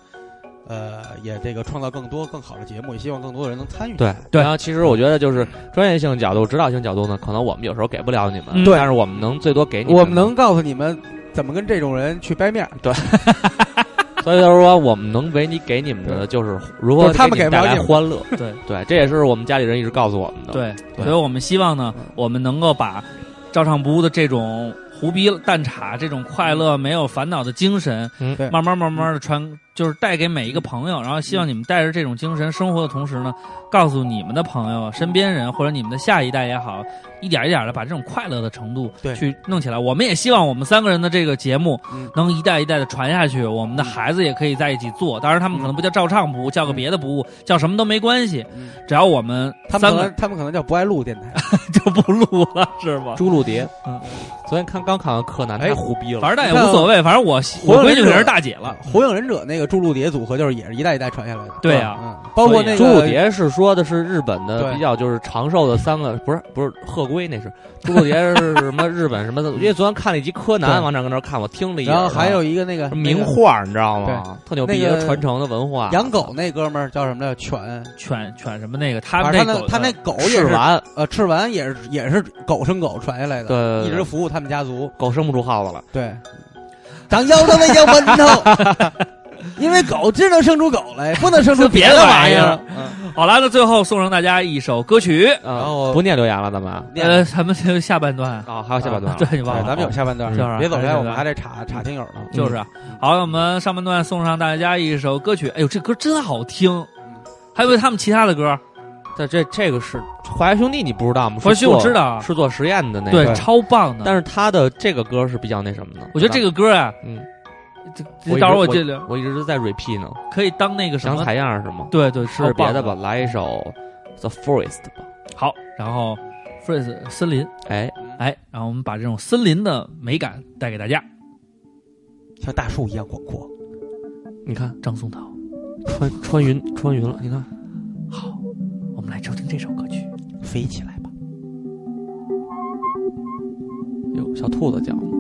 呃，也这个创造更多更好的节目，也希望更多的人能参与。
对
对
然后其实我觉得就是专业性角度、指导性角度呢，可能我们有时候给不了你们，
嗯
对
但是我们能最多给你
我们，能告诉你们怎么跟这种人去掰面儿，
所以就是说我们能为你给你们的就是如
就
何
是他们给
给
不
你带
了
来
你们
欢乐。
对
对，这也是我们家里人一直告诉我们的。，
啊
对，
对
所以我们希望
嗯
呢，我们能够把照常不误的这种胡逼蛋挞、这种快乐没有烦恼的精神，
嗯
对
慢慢慢慢的传，就是带给每一个朋友。然后希望你们带着这种精神生活的同时呢，告诉你们的朋友、身边人或者你们的下一代也好，一点一点的把这种快乐的程度
对
去弄起来。我们也希望我们三个人的这个节目
嗯
能一代一代的传下去，我们的孩子也可以在一起做。当然，他们可能不叫照唱不误，叫个别的不误，叫什么都没关系
嗯。
只要我们
他们
三
可
个
能他们可能叫不爱录电台，
就不录了，是吗？
朱露蝶，
嗯，
哎昨天看刚看完柯南，
哎
太胡逼了。
反正但也无所谓，反正我
火
我
影
闺女
忍者
可是大姐了，
嗯火影忍者》那个个猪鹿蝶组合就是也是一代一代传下来的。
对啊，
嗯，包括那个
朱鹭，蝶是说的是日本的
对
比较就是长寿的三个，不是不是鹤龟那是朱鹭蝶是什么日本什 么的？因为昨天看了一集柯南，
对
王长跟那儿看，我听了一耳
然
朵，
后还有一个那个
名
那个
画儿，你知道吗？特牛逼，
那个
一传承的文化。
养狗那哥们儿叫什么来着？犬，
犬犬什么那个，他
反
们
正
那
他
狗
那他那
的
狗也
赤
是
丸，
呃，赤丸也是也是狗生狗传下来的，
对对对
一直服务他们家族。
狗生不出耗子了。
对，长腰的那叫馒头，因为狗只能生出狗来，不能生出别的玩意儿。
好了，那最后送上大家一首歌曲，
嗯
然后
不念留言了，咱们
念
呃，咱们就下半段，
啊， 还有下半段。
对，你忘了，
对，哎咱们有下半段
嗯就是
啊，
别走
还
开，
是
我们还得查查听友呢。嗯
就是啊，好，我们上半段送上大家一首歌曲，哎呦，这歌真好听，还有他们其他的歌，
但啊这这个是华夏兄弟，你不知道吗？
我
是
其实我
做
知道啊，
是做实验的那
对
个，，
超棒的，
但
是
是他的这个歌是比较那什么的。
嗯我觉得这个歌啊，
嗯，
这
我
这
一
到时
直
候我
我
这里
我一直在 repeat 呢，
可以当那个什
想
么，
采样是吗？
对对，
是
超棒啊
别的吧，，来一首 The Forest 吧。
好，然后 Freeze 森林，
哎，
哎，然后我们把这种森林的美感带给大家，
像大树一样广阔，
你看
张松涛，
穿穿云穿云了，你看
好，我们来收听这首歌曲。
飞起来吧。
有小兔子叫呢。